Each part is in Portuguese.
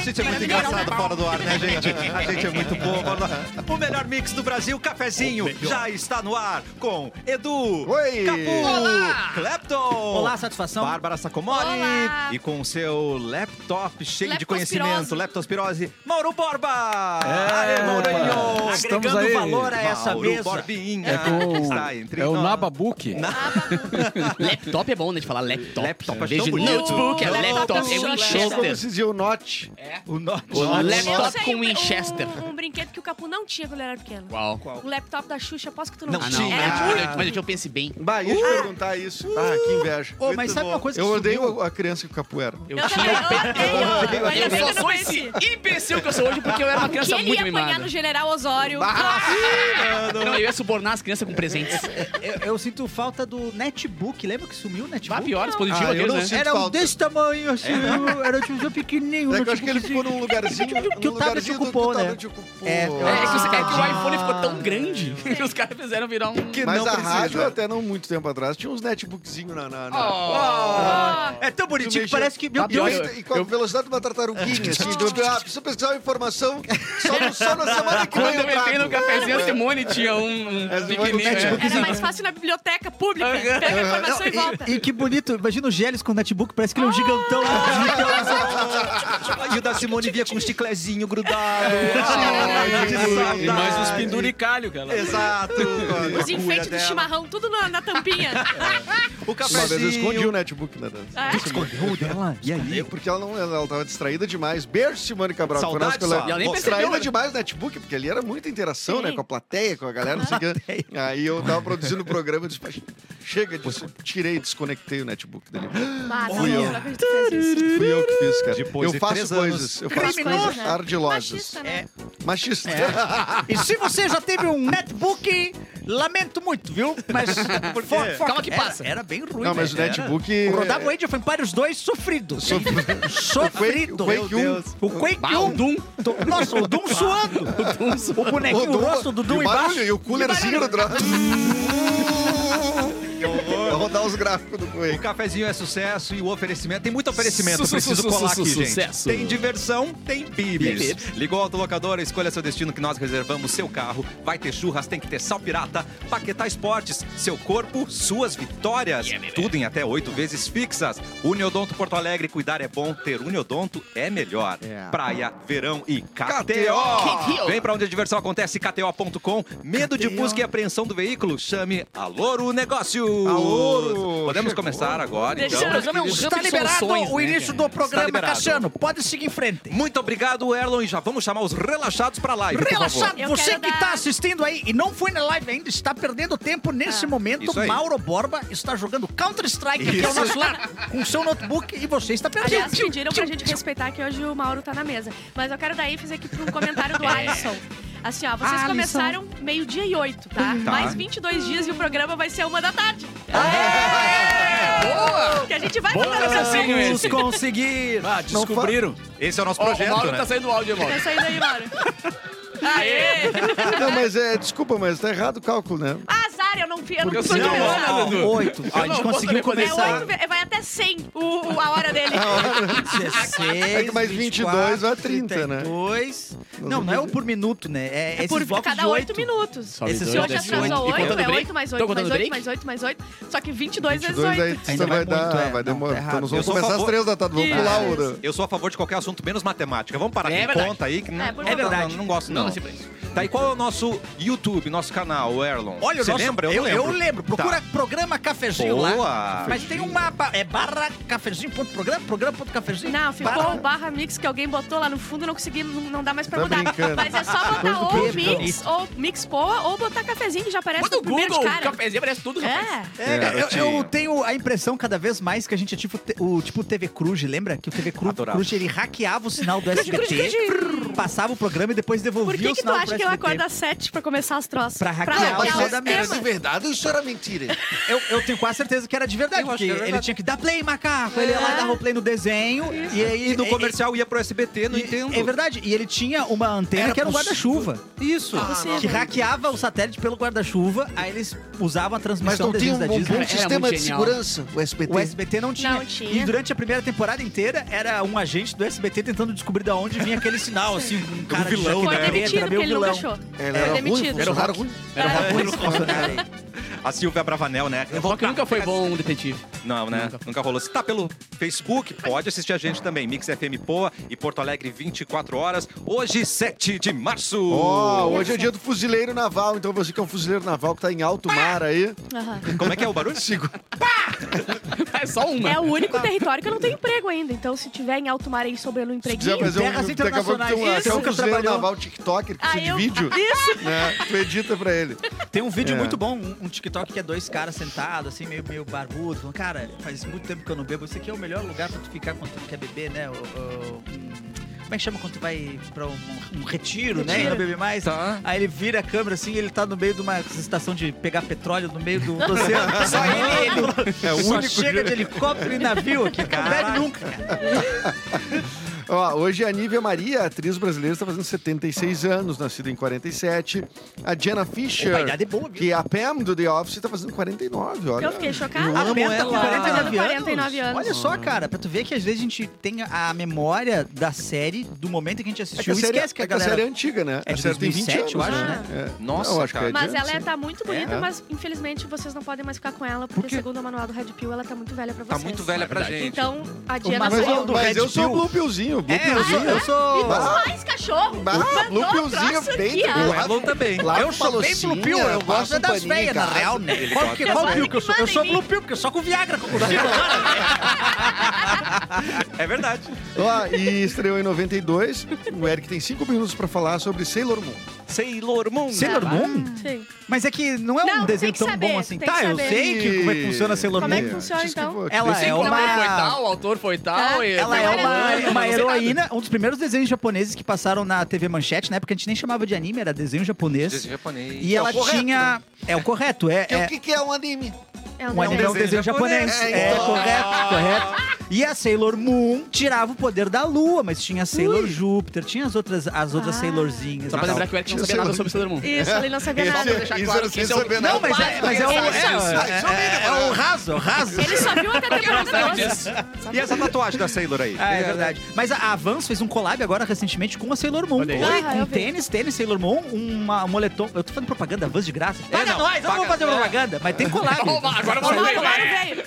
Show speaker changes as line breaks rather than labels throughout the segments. gente é muito engraçado fora do ar, né, gente? A gente é muito bom. fora do ar. O melhor mix do Brasil, cafezinho, já está no ar com Edu,
Oi.
Capu,
Olá.
Clapton.
Olá, satisfação.
Bárbara Sacomori.
Olá.
E com o seu laptop cheio de
Leptospirose.
conhecimento, leptospirose, Mauro Borba.
É,
Aê, Mourinho.
opa. Estamos
Agregando
aí.
valor a essa
Mauro
mesa.
Borbinha.
É
Está entre
com é o
nós.
Nababuque.
Laptop é bom, né? De falar laptop.
Laptop, acho
Desde
tão bonito.
notebook, é
Laptop,
laptop, é
laptop.
Show como
Winchester.
esses e o Note.
É. O nosso.
O
Eu
laptop
sei
com
um-
Winchester.
Um, um brinquedo que o Capu não tinha quando ele era pequeno.
Uau.
O laptop da Xuxa, posso que tu não,
Não
Ah, não.
tinha.
Era
mas,
muito.
eu- mas eu pense bem.
Bah,
Uh!
ia te perguntar isso. Ah, que inveja.
Ô, mas sabe uma coisa que
Eu
subiu?
odeio a criança que o Capu era.
Eu também, eu odeio. Ainda bem que
Eu
eu
só
não
sou esse
conheci.
imbecil que eu sou hoje porque eu era uma
Que
criança
ele ia
muito
apanhar
mimada.
no General Osório.
Não, eu ia subornar as crianças com presentes.
Eu, eu sinto falta do netbook. Lembra que sumiu o
Vá
netbook?
pior, dispositivo
Ah, eu
aquele,
não
né?
sei.
Era um
Falta.
desse tamanho, assim. eu- Era um pequenininho.
É que eu acho que ele
notebookzinho.
ficou num lugarzinho.
tipo Que o
num
tablet
lugarzinho do-
ocupou,
do
né?
tablet ocupou.
É, eu
É,
acho
é que, você quer que o
Ah.
iPhone ficou tão grande que os caras fizeram virar um...
Que
Mas
não
a
precisa.
rádio, é até não muito tempo atrás, tinha uns netbookzinhos na. na, na...
Ah,
É tão bonitinho que parece que... Meu
E, eu-
Deus,
eu- É.
e com a velocidade de uma tartaruguinha, assim, do- ah, preciso pesquisar uma informação só, no- só na semana que vem
Quando eu entrei
trago.
no cafezinho, a Simone tinha um, um
Essa
pequenininho.
foi-
é.
Era mais fácil na biblioteca pública.
Aham.
Pega a informação e
Não,
volta.
e, e que bonito, imagina o Gélis com o netbook, parece que ele é um gigantão.
Ah.
E o da Simone via com um chiclezinho grudado.
Ai,
Que
que
saudade.
E mais uns penduricalhos, cara.
Exato.
Os enfeites do chimarrão, tudo na, na tampinha.
O
Uma vez eu escondi
cafezinho.
o netbook da dança.
Ah,
Escorreu dela, e aí?
Porque ela não ela, ela tava distraída demais. Beijo, Simone Cabral. Foi
Saudades,
nós que eu lembro.
ó. E ela
nem percebeu,
distraída
né?
demais no netbook, porque ali era muita interação,
Sim.
né? Com a plateia, com a galera, não sei o quê. Aí eu tava produzindo o programa e disse, "Mas chega disso. Tirei, desconectei o netbook dele.
Bah, tá louco,
Fui eu.
não acredito que tu fez isso.
Fui eu que fiz, cara.
Depois de
eu faço
três
coisas. Eu faço
Criminoso,
coisas
né?
ardilosas.
Machista, né?
Machista.
E se você já teve um netbook, lamento muito, viu? Mas for- for-
Calma que passa.
Era, era bem ruim. né?
Não, mas o
velho.
netbook...
Era. É. O Rodava o Age of Empires 2 sofrido.
Quake-
sofrido.
o Quake 1.
O Quake
Bah, o
1.
Doom.
Tô- Nossa, o Doom suando. O bonequinho, o, um rosto do Doom
e o barulho,
embaixo.
E o coolerzinho no drone. Vou rodar os gráficos do
O
Quake.
cafezinho é sucesso e o oferecimento. Tem muito oferecimento,
Su- su-
preciso
su-
colar
su-
aqui,
su-
gente.
sucesso.
Tem diversão, tem bibis.
Bibis.
Ligou a autolocadora, escolha seu destino que nós reservamos seu carro. Vai ter churras, tem que ter sal pirata. Paquetá Esportes, seu corpo, suas vitórias.
Yeah, baby.
Tudo em até oito vezes fixas. Uniodonto Porto Alegre, cuidar é bom, ter Uniodonto é melhor.
É.
Praia, verão e KTO.
KTO.
Vem pra onde a diversão acontece, KTO.com. Medo de busca e apreensão do veículo? Chame a Louro Negócios.
Alô,
Podemos
chegou.
começar agora,
Deixa
então.
Esse programa é um
Está
ramo de
liberado
soluções,
o
né,
início
cara?
do programa,
liberado.
Cassiano. Pode seguir em frente.
Muito obrigado, Erlon. E já vamos chamar os relaxados pra live.
Relaxado,
Eu
você
quero
que
dar-
está assistindo aí e não foi na live ainda, está perdendo tempo
Ah.
nesse momento.
isso aí.
Mauro Borba está jogando Counter-Strike aqui ao nosso lado com seu notebook e você está perdido.
Aliás, pediram pra gente respeitar que hoje o Mauro tá na mesa. Mas eu quero dar ênfase aqui pra um comentário do Alisson. Assim, ó, vocês
Alisson.
começaram meio-dia e oito, tá?
Tá.
Mais 22 dias e o programa vai ser uma da tarde. Boa! Que a gente vai
Boa
voltar pra
raciocínio
cima.
esse.
conseguir. Ah, descobriram.
Esse é o nosso
Ó, o
projeto,
Mauro
né?
tá saindo o áudio, Mauro.
Tá saindo aí, Mauro. Aê!
Não, mas é, desculpa, mas tá errado o cálculo, né?
Azar, eu não vi, eu não
Eu sou
consegui
de
pensar.
né,
Olha, Dudu.
Oito.
Eu
A gente
não
conseguiu
vou
É
telefonar.
começar.
oito, ve- vai até 100 o, o- a hora dele.
16,
É que mais 22 vai a 30, né?
32. Não, não é o por minuto, né? É, esses
Por
blocos
cada
de
8
8
minutos.
Esses
Se
dois,
hoje
desses
atrasou
oito. E
8,
contando
é
break?
8 mais
Tô
8,
contando
mais 8,
break?
mais 8, mais 8. Só que 22 vezes
22 aí
8.
tu
Ainda
vai,
vai
dar,
muito, é.
vai
Não,
demorar.
tá
então nós vamos
errado. Eu
começar às
sou
três da tarde, vamos pular o...
Isso.
Eu sou a favor de qualquer assunto, menos matemática. Vamos parar
É
de
verdade.
conta aí, que não,
É, por favor.
não-
verdade.
não, não gosto não.
Não, não se-
Tá, e qual é o nosso YouTube, nosso canal, Erlon?
Olha, o
Você
nosso-
lembra?
Eu,
não
eu
lembro. Tá.
lembro. Procura programa cafezinho
Boa.
lá. Mas tem um mapa. É barra cafezinho.programa, programa.cafezinho.
Não, ficou
barra-
o barra mix que alguém botou lá no fundo, não consegui, não, não dá mais pra
Tá
mudar.
brincando.
Mas é só botar
Coisa do
ou
Pedro.
mix, ou mix poa, ou botar cafezinho que já aparece
Manda
no
o
primeiro
Google,
de
o
cara.
cafezinho aparece tudo, rapaz.
É.
É, cara, eu- eu,
garotinho.
tenho a impressão cada vez mais que a gente é tipo te- o tipo TV Cruz, lembra? Que o TV Cru,
Adorava.
Cruz ele hackeava o sinal do SBT.
Cruz, cruz, cruz.
passava o programa e depois devolvia
Por que,
o
que tu
sinal pro
acha que eu
SBT.
acordo às sete pra começar os troços?
Pra hackear
Não, mas
Não,
isso
da
os
era
merda.
de
temas?
verdade ou isso era mentira?
Eu, eu tenho quase certeza que era de verdade,
Eu acho
porque
que era
ele
verdade.
tinha que dar play, macaco. Ele ia lá e dava o play no desenho. E, aí, é,
E no comercial ia pro SBT, não
e-
entendo.
É verdade. E ele tinha uma antena
Era
que era um
possível.
guarda-chuva. Isso.
possível.
que hackeava o satélite pelo guarda-chuva, aí eles usavam a
Mas
é
transmissão
não tinha
desenhos
um
da
bom,
Disney.
Era
sistema
É, muito
de
genial.
segurança, o SBT.
O SBT não tinha.
Não tinha.
E durante a primeira temporada inteira, era um agente do SBT tentando descobrir de onde vinha aquele sinal, assim, um cara de
vilão,
jaqueta
né?
Foi
preta,
demitido,
meio
porque ele nunca achou.
vilão.
Ela
Foi
era ruim,
demitido.
funcionário ruim.
Era assim.
Era um
ruim esse funcionário aí.
A Silvia Bravanel, né?
O Rock nunca foi bom um detetive.
Não, né? Nunca,
Nunca.
rolou. Se tá pelo Facebook, pode assistir a gente também. Mix FM Poa e Porto Alegre 24 horas. Hoje, 7 de março.
Ó, hoje é dia do fuzileiro naval, então você que é um fuzileiro naval que tá em alto mar aí,
Aham.
Como é que é o barulho?
sigo.
É só uma.
É o único território que eu não tenho emprego ainda. Então, se tiver em alto mar aí sobrando um
Se
empreguinho.
quiser fazer um,
terras
daqui a pouco tem
É
um,
internacionais.
tem um
Isso.
fuzileiro
Trabalhou.
naval TikToker que precisa
Aí
de
Ah, eu.
vídeo,
Isso!
né? Tu edita pra ele.
Tem um vídeo
É.
muito bom, um, um TikTok que é dois caras sentados, assim, meio, meio barbudo. falando, Cara, faz muito tempo que eu não bebo. Esse aqui é o melhor lugar pra tu ficar quando tu quer beber, né? O- o- um- como é que chama quando tu vai pra um, um retiro, né? E não beber mais?
Tá.
Tá.
Aí ele vira a câmera assim, ele tá no meio de uma estação de pegar petróleo no meio do, do oceano. Só ele, ele.
É o
Só
único
chega
jeito.
de helicóptero e navio aqui. Não bebe nunca. cara.
Ó, hoje a Nívia Maria, atriz brasileira, está fazendo 76 anos, nascida em 47. A Jenna Fisher,
Opa, a idade é boa, viu?
que é a Pam do The Office, está fazazendo 49, olha.
Eu fiquei chocada.
A Benta
Ela
com
tá
49
fazendo
anos.
49 anos.
Olha só, cara, pra tu ver que às vezes a gente tem a memória da série, do momento em que a gente
É que
assistiu,
a
e
série,
esquece que a
é que a
galera...
série é antiga, né?
É de
a série
2007, eu acho,
né? É.
Nossa,
Não, acho que
cara.
é de
Mas ela
antes,
é-
né?
tá muito bonita,
É.
mas infelizmente vocês não podem mais ficar com ela,
Por
porque
quê?
segundo o manual do Red Pill, ela tá muito velha pra
Tá
vocês.
muito velha pra
Verdade.
gente.
Então, a Diana
Mas,
manual
saiu.
eu-
do
mas
Red
eu sou
Pill.
Blue Pillzinho,
É,
Blue
eu sou,
Pillzinho.
eu sou...
Mais cachorro!
Bah,
Mandou
Blue
um
Pillzinho
troço
bem
aqui, ó.
O
tranquilo.
Elon também.
Lá assim,
eu sou é um bem Blue Pill,
né?
eu
um
gosto é das feias, na real, né? Qual, que, qual
gosta.
Pill que eu sou? Eu sou Blue Pill, porque eu só com Viagra que eu consigo agora.
É verdade.
Ó, e estreou em 92. O Eric tem cinco minutos pra falar sobre Sailor Moon.
Sailor Moon.
Sailor Moon?
Sim.
Mas é que não é um
Não, tem
desenho
que
tão
saber,
bom assim.
tem que
Tá, eu
saber.
sei que como é que funciona Sailor
Como
Moon.
é que funciona,
Diz que
então?
vou-
Ela
Sim,
é
o
uma-
nome foi tal, o autor foi tal.
Tá.
e-
Ela é
Não,
uma,
não, não,
uma
sei
heroína, um dos primeiros desenhos japoneses que passaram na TV Manchete, na época a gente nem chamava de anime, era desenho japonês.
japonês.
E
É o
ela
correto,
tinha. É o correto, é.
Que-
é-
O que, que é um anime?
É
Um anime é um desenho japonês.
japonês.
É,
É, então.
correto, correto. E a Sailor Moon tirava o poder da lua, mas tinha a Sailor Júpiter, tinha as outras, as outras
Ah.
Sailorzinhas. né?
Só
e
pra
tal.
lembrar que o Eric não sabia nada sobre Sailor Moon.
Isso, ele não sabia nada.
deixar
isso né?
claro
eu
que
sem
esse é o-
saber
Não,
nada.
mas é, mas é o, é, é- é o raso, é o raso.
Ele só viu até a temporada
sabe
12.
disso.
E essa tatuagem da Sailor aí?
Ah, é verdade. Mas a a Vans fez um collab agora recentemente com a Sailor Moon.
Olha aí.
Foi
Ah,
com
eu vi.
tênis, tênis, Sailor Moon, uma, um moletom. Eu tô fazendo propaganda da Vans de graça. Paga
não,
nós, eu não vou
paga-
fazer
é.
propaganda, mas tem collab.
Agora
Ó, o
vamos
Mauro
ver.
veio.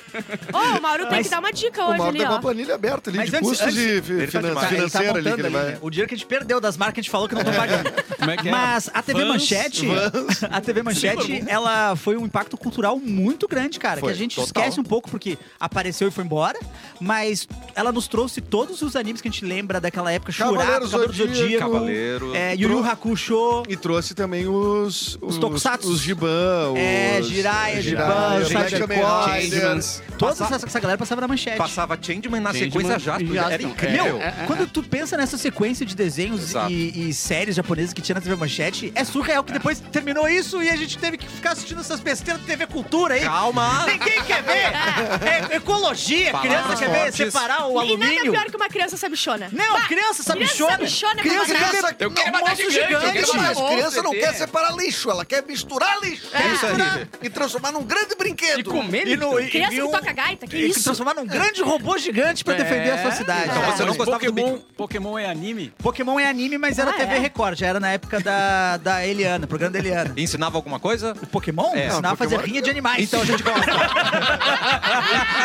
Ô, o Mauro tem
Mas-
que dar uma dica
O
hoje
Mauro
ali,
tá com a
ó.
planilha aberta ali,
Mas
de
antes-
custos
antes-
e
Ele
fi-
tá demais.
finan-
Tá, ele tá
financeira ali que
montando
ele
ali,
vai.
né? O dinheiro que a gente perdeu das marcas, a gente falou que não estão pagando.
Como é que é?
Mas a TV
Vans,
Manchete, a TV Manchete, ela foi um impacto cultural muito grande, cara.
Foi,
que a gente
total.
esquece um pouco porque apareceu e foi embora, mas ela nos trouxe todos os animes que a gente lembra daquela época. Churato,
Cavaleiros
Cavaleiro do
Zodíaco,
Zodíaco,
Cavaleiro.
é, Yu Yu Hakusho.
E trouxe também os. Os
né? tokusatsu.
Os Giban. Os,
É, Jiraiya, Giban,
Jiraiya,
Sailor
Kamen
Quad,
Rider.
Toda
Passa-
essa, essa galera passava na manchete.
Passava Changeman É. na
Changeman
sequência já.
e
Era
Jasper.
incrível.
Meu, quando tu pensa nessa sequência de desenhos
Exato.
e, e séries japonesas que tinha na TV Manchete, é surreal que depois terminou isso e a gente teve que ficar assistindo essas besteiras de TV Cultura aí.
Calma.
Ninguém quer ver! É ecologia,
Palavras
criança quer ver
fortes.
separar o
E nada é
alumínio.
pior que uma criança sabichona.
Não, criança sabichona.
sabichona é
criança
uma
quer ver
Eu quero
monstro
matar gigante, eu quero matar
gigante.
monstro.
criança não
ET.
quer
é
separar lixo, ela quer misturar lixo
É isso aí.
e transformar num grande
E
brinquedo.
comer,
E no-
Victor?
e-
Criança
e
que
um-
toca gaita, que
E se
isso?
transformar num grande robô gigante pra defender a sua cidade. É.
Então você não
Mas
gostava do
Pokémon, Pokémon é anime?
Pokémon é anime, mas era
Ah,
TV
é?
Record, já era na época da, da Eliana, programa da Eliana.
Ensinava alguma coisa?
O Pokémon
É,
ensinava a fazer
Pokémon-
rinha de animais.
Então a gente gosta.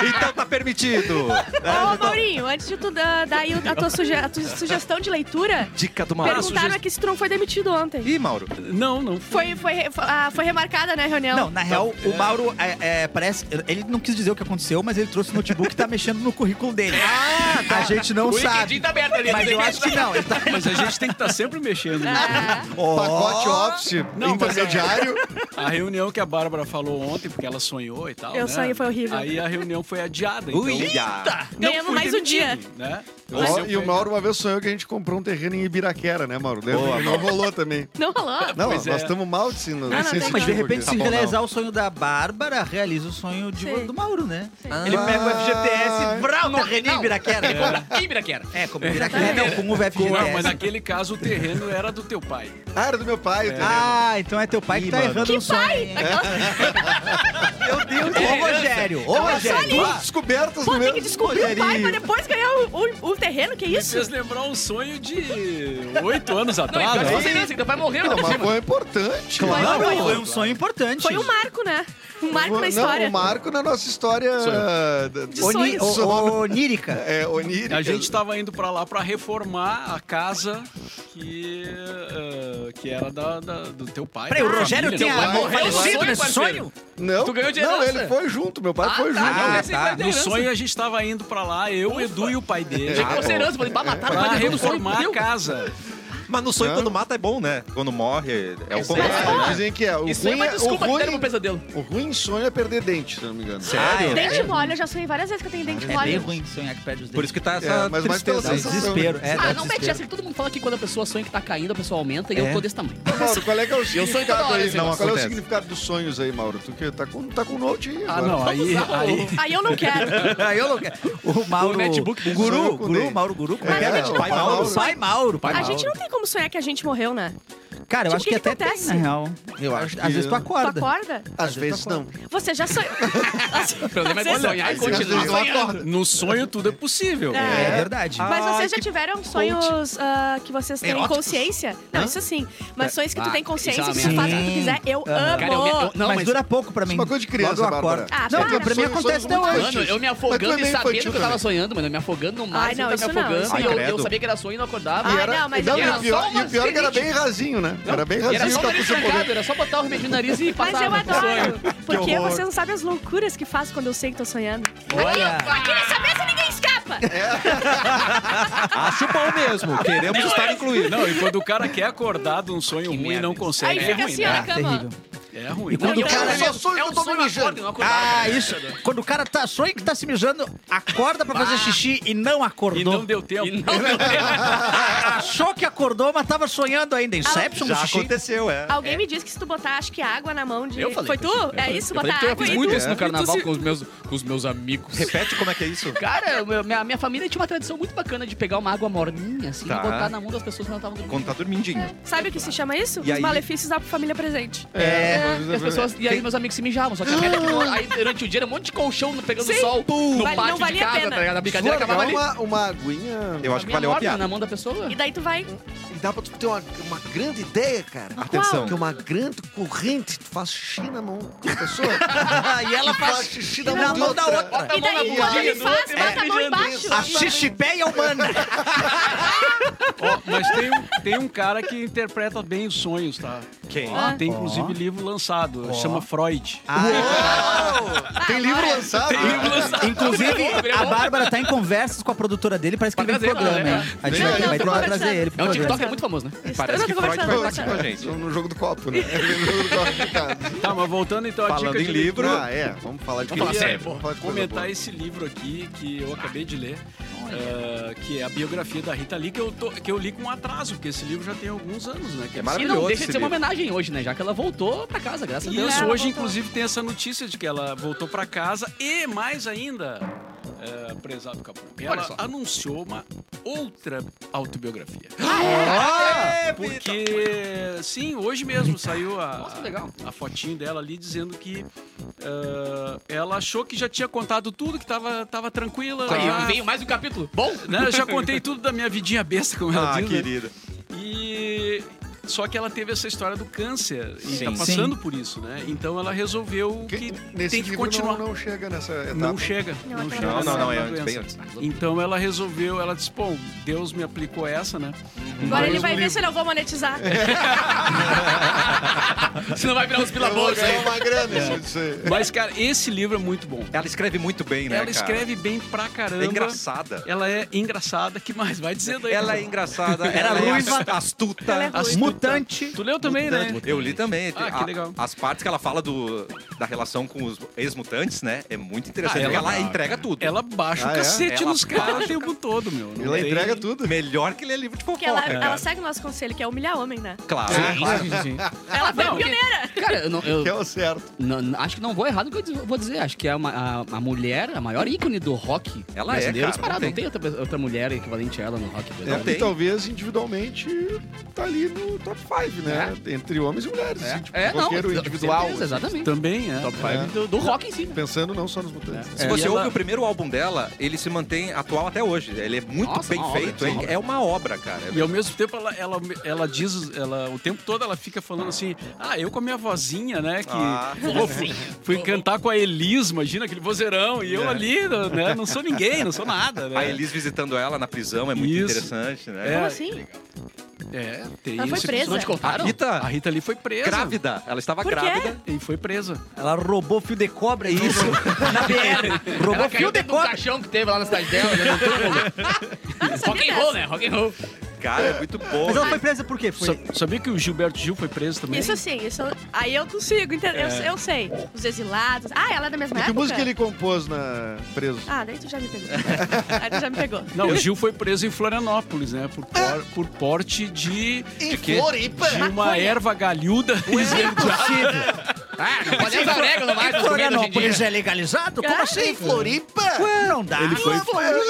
então tá permitido.
Ô, Maurinho, antes de tu dar, dar aí a tua, suge- a tua sugestão de leitura,
Dica do Mauro.
perguntaram aqui se tu não foi demitido ontem.
Ih, Mauro.
Não, não.
Foi, foi, re- foi, ah, foi remarcada, né, a reunião?
Não, na real, o Mauro é, é, parece. Ele não quis dizer o que aconteceu, mas ele trouxe o notebook e tá mexendo no currículo dele. Ah, tá? A gente não
o
sabe.
LinkedIn tá aberto ali.
Mas eu acho que não. Ele tá-
Mas a gente tem que estar sempre mexendo. né?
Ah,
Ó.
Pacote office,
Não, mas é-
intermediário.
A reunião que a Bárbara falou ontem, porque ela sonhou e tal.
Eu
né?
sonhei, foi horrível.
Aí a reunião foi adiada. Então,
Ui, Eita!
Não
Ganhamos
fui
mais um dia.
demitido, Né? Mas
Ó,
eu
e o
fui-
Mauro uma vez sonhou que a gente comprou um terreno em Ibiraquera, né, Mauro? Lembra?
Boa,
E não rolou também.
Não rolou?
Não,
Pois é.
nós estamos mal de sino.
Ah,
Ah, não, tem
sentido
Mas de repente,
aqui.
se
Tá bom,
realizar
não.
o sonho da Bárbara, realiza o sonho de,
Sim.
do Mauro, né?
Sim.
Ele pega o FGTS, brau, no René
não.
Ibiraquera.
É. Ibiraquera.
É, como Ibiraquera. Não, com o FGTS.
Não, mas naquele caso o terreno era do teu pai.
Ah, era do meu pai, o terreno.
Ah, então é teu pai que tá errando o sonho. hein? Meu Deus, ô Rogério, ô Rogério.
Duas descobertas
Pô,
no
tem
meu.
que descobrir o pai pra depois ganhar o, o- o terreno, que isso?
Vocês lembraram um sonho de oito anos
Não, e pior
atrás.
que
né?
você pensa que teu pai morreu,
Não,
não
mas
possível.
foi importante.
Claro, foi um sonho importante.
Foi um marco, né? Um marco
Não,
na história.
o marco na nossa história da-
De sonho.
Oni, o- o- onírica.
é, onírica.
A gente tá- estava indo para lá para reformar a casa que, eh, que era da, da- do teu pai.
Peraí, o
da
Rogério
família,
tem
né?
vai,
a- morreu
vai,
cedo
vai,
nesse
parceiro.
sonho?
Não,
Tu ganhou de
não,
herança?
ele foi junto, meu pai
Ah,
foi
tá,
junto.
não,
Ah,
essa é a
No
herança.
sonho a gente estava indo para lá, eu, o Edu e o pai dele.
Já que você herança, falei, pá, mataram o
Pra
pai dele no sonho.
reformar a
fudeu.
casa.
Mas no sonho,
Não.
quando mata, é bom, né? Quando morre, é o
Isso
contrário,
É,
né?
dizem que é. O
Isso aí é
ruim,
uma
é- o,
desculpa que deram pro
ruim,
pesadelo.
o ruim sonho é perder dente, se não me engano. Ah,
Sério?
Dente mole, eu já sonhei várias vezes que eu tenho dente
É
mole.
bem ruim sonhar que perde os
Por
dentes.
isso que tá essa
É, mas vai ter
tristeza.
Dá
aí.
sensação.
desespero. É, dá
Ah, não mete
desespero.
essa que todo mundo fala que quando a pessoa sonha que tá caindo, a pessoa aumenta e eu
É.
tô desse tamanho.
Ô, Mauro, qual é, que é o significado
hora
aí?
esse
negócio.
Não, qual é o
Acontece.
significado dos sonhos aí, Mauro? Tu que tá com, tá com note aí
Ah,
agora.
não, aí, aí,
Aí eu não quero.
Aí eu não quero. O Mauro.
O netbook
o
sonhou
Guru,
com
Guru,
dente.
Mauro Guru. como
É,
que
o pai Mauro.
Pai Mauro. Pai
A
Mauro.
gente não tem como sonhar que a gente morreu, né?
Cara, eu
Tipo,
acho
o
que,
que
até
que acontece?
tem, na real. Eu acho. Às vezes tu
Tu
acorda.
acorda?
Às vezes tá não.
Você já sonhou.
O problema é
Às vezes-
sonhar e
Às vezes
continuar
não
sonhando.
acorda.
no sonho tudo é possível.
É,
É.
verdade.
Mas vocês já tiveram sonhos ah, que vocês têm
Eróticos?
consciência? Não, isso sim. Mas sonhos que
Ah,
tu tem
isso é
consciência,
uma
que tu faz o que tu
merda.
quiser, eu
Aham.
Cara, eu me- eu-
amo.
não,
mas,
mas-
dura pouco pra mim.
Isso é uma coisa de criança,
Logo eu
Bárbara.
acordo.
Ah,
não,
para.
pra mim
Sonhos-
acontece
sonhos
até
muito
hoje.
Mano, eu me
Mas
afogando
tu
e
é meio
sabendo
infantil
que eu tava
também.
sonhando, mano. Eu me afogando no
Ai,
mar,
não,
eu tava
isso
me
não,
afogando.
isso
não.
e eu,
Ai,
eu
credo.
sabia que era sonho e não acordava.
Ah,
E era-
não, mas
não,
ele
e
era
o pior,
só uma
e o pior é que era bem
sinusite.
rasinho, né? Era bem
E era
rasinho
só o
tá
nariz
com seu
trancado, era só botar o remédio no nariz e
Mas
passar
eu
um
adoro. Porque
horror.
vocês não sabem as loucuras que faço quando eu sei que tô sonhando.
Olha.
Aqui nessa mesa ninguém escapa!
Acho bom mesmo. Queremos estar incluídos.
Não, e quando o cara quer acordar de um sonho ruim e
merda
não
isso.
Aí
consegue, é
fica
ruim,
assim, ó,
né?
na cama.
Ah, terrível.
É ruim.
E quando
e
o
é um
cara-
sonho-
É sonho que eu tô me
eu
mijando.
acordo e não acordava,
Ah,
cara.
isso. Quando o cara tá sonha que tá se mijando, acorda pra fazer xixi e não acordou.
E não deu tempo.
E não deu tempo.
Achou que acordou, mas tava sonhando ainda. Inception do
Já
xixi.
aconteceu, é.
Alguém me disse que se tu botar, acho que água na mão de.
Eu falei
Foi
que
tu?
eu- eu
é
falei-
isso?
eu falei
Botar
que eu
água
fiz
e
muito
tu-
isso no
e tu
carnaval
se-
com os meus, com os meus amigos.
Repete como é que é isso?
Cara, meu- minha, minha família tinha uma tradição muito bacana de pegar uma água morninha, assim,
Tá.
e botar na mão das pessoas quando elas estavam dormindo.
Quando tá dormindinho.
Sabe o que se chama isso?
E
Os
aí?
malefícios da família presente.
É,
E, as pessoas, e aí meus amigos se mijavam, só que aí durante o dia era um monte de colchão no- pegando
Sim.
sol no
Vale- não
pátio de
valia a
casa,
pena.
tá ligado? A brincadeira
Largar
acabava ali.
uma, uma aguinha.
Eu acho que
Minha
valeu a
morna
piada.
na mão da pessoa.
E daí tu vai.
E dá pra tu ter uma, uma grande ideia, cara.
Atenção.
Que é uma grande corrente, tu faz xixi na mão da pessoa.
e ela
tu faz
faz
xixi na
na
mão de
mão da
outra.
outra.
Bota a
e
mão na
daí quando
bundinha
ele
do
faz,
outro, é,
bota a mão
mijando.
embaixo.
A xixipéia humana.
Ó, mas tem, um- tem um cara que interpreta bem os sonhos, tá?
Quem?
Ó, tem inclusive livro lançado, chama Freud.
Tem livro lançado. né?
Inclusive, a Bárbara tá em conversas com a produtora dele pra escrever um
Pra trazer,
programa.
né?
hein? A gente
Não,
vai,
não,
vai
tô
tentar
conversando.
trazer ele pro
É um
programa.
TikTok é muito famoso, né?
Parece que Freud vai partir com a gente.
No jogo do copo, né? No jogo do copo de casa.
Tá, mas voltando então à
Falando
dica
em
de
livro,
Ah, é. Vamos falar de
Vamos falar
coisa-
sério,
vamos
pô.
falar de coisa
comentar
boa.
esse livro aqui que
Ah.
eu acabei de ler, eh, que é a biografia da Rita Lee, que eu, tô- que eu li com atraso, porque esse livro já tem alguns anos, né? Que
É
é
E
maravilhoso.
não deixa de
esse
ser uma
livro.
homenagem hoje, né? Já que ela voltou pra casa, graças a
E
Deus.
Isso,
ela
hoje,
voltou.
inclusive, tem essa notícia de que ela voltou pra casa e, mais ainda, é, prezado Capô,
Olha
ela
só.
anunciou uma outra autobiografia.
Ah,
Porque, sim, hoje mesmo saiu a,
Nossa, legal.
a fotinho dela ali dizendo que ah, ela achou que já tinha contado tudo, que tava, tava tranquila.
Aí
já,
veio mais um capítulo. Bom,
né, eu já contei tudo da minha vidinha besta, como ela
Ah,
diz. né?
querida.
E só que ela teve essa história do câncer e
Sim.
tá passando por isso, né? Então ela resolveu que,
Nesse
tem que
livro
continuar.
Não, tá não chega nessa etapa.
Não chega.
Não,
Não,
até
chega.
Não,
Nossa,
não, não, é
da
antes,
doença.
bem antes.
Então ela resolveu, ela disse, bom, Deus me aplicou essa, né?
Agora ele
Mas
vai
o
ver
livro-
se eu não vou monetizar.
Senão vai virar uns
Eu vou
pilabões
ganhar
aí.
uma grana,
É.
isso, isso aí.
assim, Mas, cara, esse livro é muito bom.
Ela escreve muito bem, né,
Ela
cara?
escreve bem pra caramba.
É engraçada.
Ela é engraçada. que mais? Vai dizendo aí.
Ela é engraçada,
Era
ela
ruiva.
é astuta.
Ela é ruiva.
Mutante.
Tu leu também, né?
Eu li também.
Ah,
A-
que legal.
As partes que ela fala do, da relação com os ex-mutantes, né? É muito interessante.
Ah,
porque
ela-
ela entrega tudo.
Ela baixa
Ah,
o
é?
cacete
Ela
nos caras o tempo todo, meu. Não
Ela
tem-
entrega tudo.
Melhor que ler livro de
Porque
fofoca,
ela,
cara.
ela segue o nosso conselho, que é humilhar homem, né?
Claro.
Ah,
É.
Sim, sim, sim.
Ela foi
Não,
a pioneira.
Cara, eu, não, eu
Que é o certo.
não- não- acho que não vou errado no que eu diz- vou dizer. Acho que é uma- a, a mulher, a maior ícone do rock
Ela é,
brasileiro.
cara,
disparado.
não
Não tem, outra, pe- outra mulher equivalente a ela no rock
É,
brasileiro.
tem.
e talvez individualmente tá ali no top 5, né? Entre homens e mulheres. assim, tipo,
É, não.
roqueiro individual.
certeza,
assim.
exatamente.
Também, é.
Top
É.
5 do, do rock em si. né?
Pensando não só nos mutantes.
Se
É.
você
E
ouve
ela-
o primeiro álbum dela, ele se mantém atual até hoje. Ele é muito
Nossa,
bem
uma obra,
feito.
uma
hein?
obra.
é uma obra, cara.
E ao mesmo tempo ela, ela, ela diz, ela, o tempo todo ela fica falando assim, ah, eu com a minha vozinha, né, que
Ah.
Pô, fui, fui cantar com a Elis, imagina aquele vozeirão, e eu
É.
ali, né, não sou ninguém, não sou nada, né.
A Elis visitando ela na prisão é muito
Isso.
interessante, né?
É.
Como assim?
É, tem
Ela foi
isso.
presa.
Não te
A
contaram?
A
Rita,
Rita ali foi presa.
grávida. Ela estava
Por quê?
grávida.
E foi presa.
Ela roubou fio de cobra e isso. Na BR. Roubou
Ela
fio
caiu
de
dentro do
cobra.
caixão que teve lá na cidade dela. né?
Ah, não sabia
rock and roll,
dessa.
né? Rock and roll.
Cara, é muito bom.
Mas ela foi presa por quê? Foi...
Sa- Sabia que o Gilberto Gil foi preso também?
Isso sim, isso aí eu consigo, entendeu? Eu, eu sei. Os exilados. Ah, ela é da mesma
E que
época?
música ele compôs na preso?
Ah, daí tu já me pegou. aí tu já me pegou.
Não, o Gil foi preso em Florianópolis, né? Por,
Ah!
por, por porte de. de quê? De uma
Maconha.
erva galhuda esverdeada.
Ah, não pode nem usar orégano mais. nos comida hoje em dia.
Florianópolis é legalizado? Como
Ah,
assim?
Floripa?
Ué, Não dá.
Ele foi-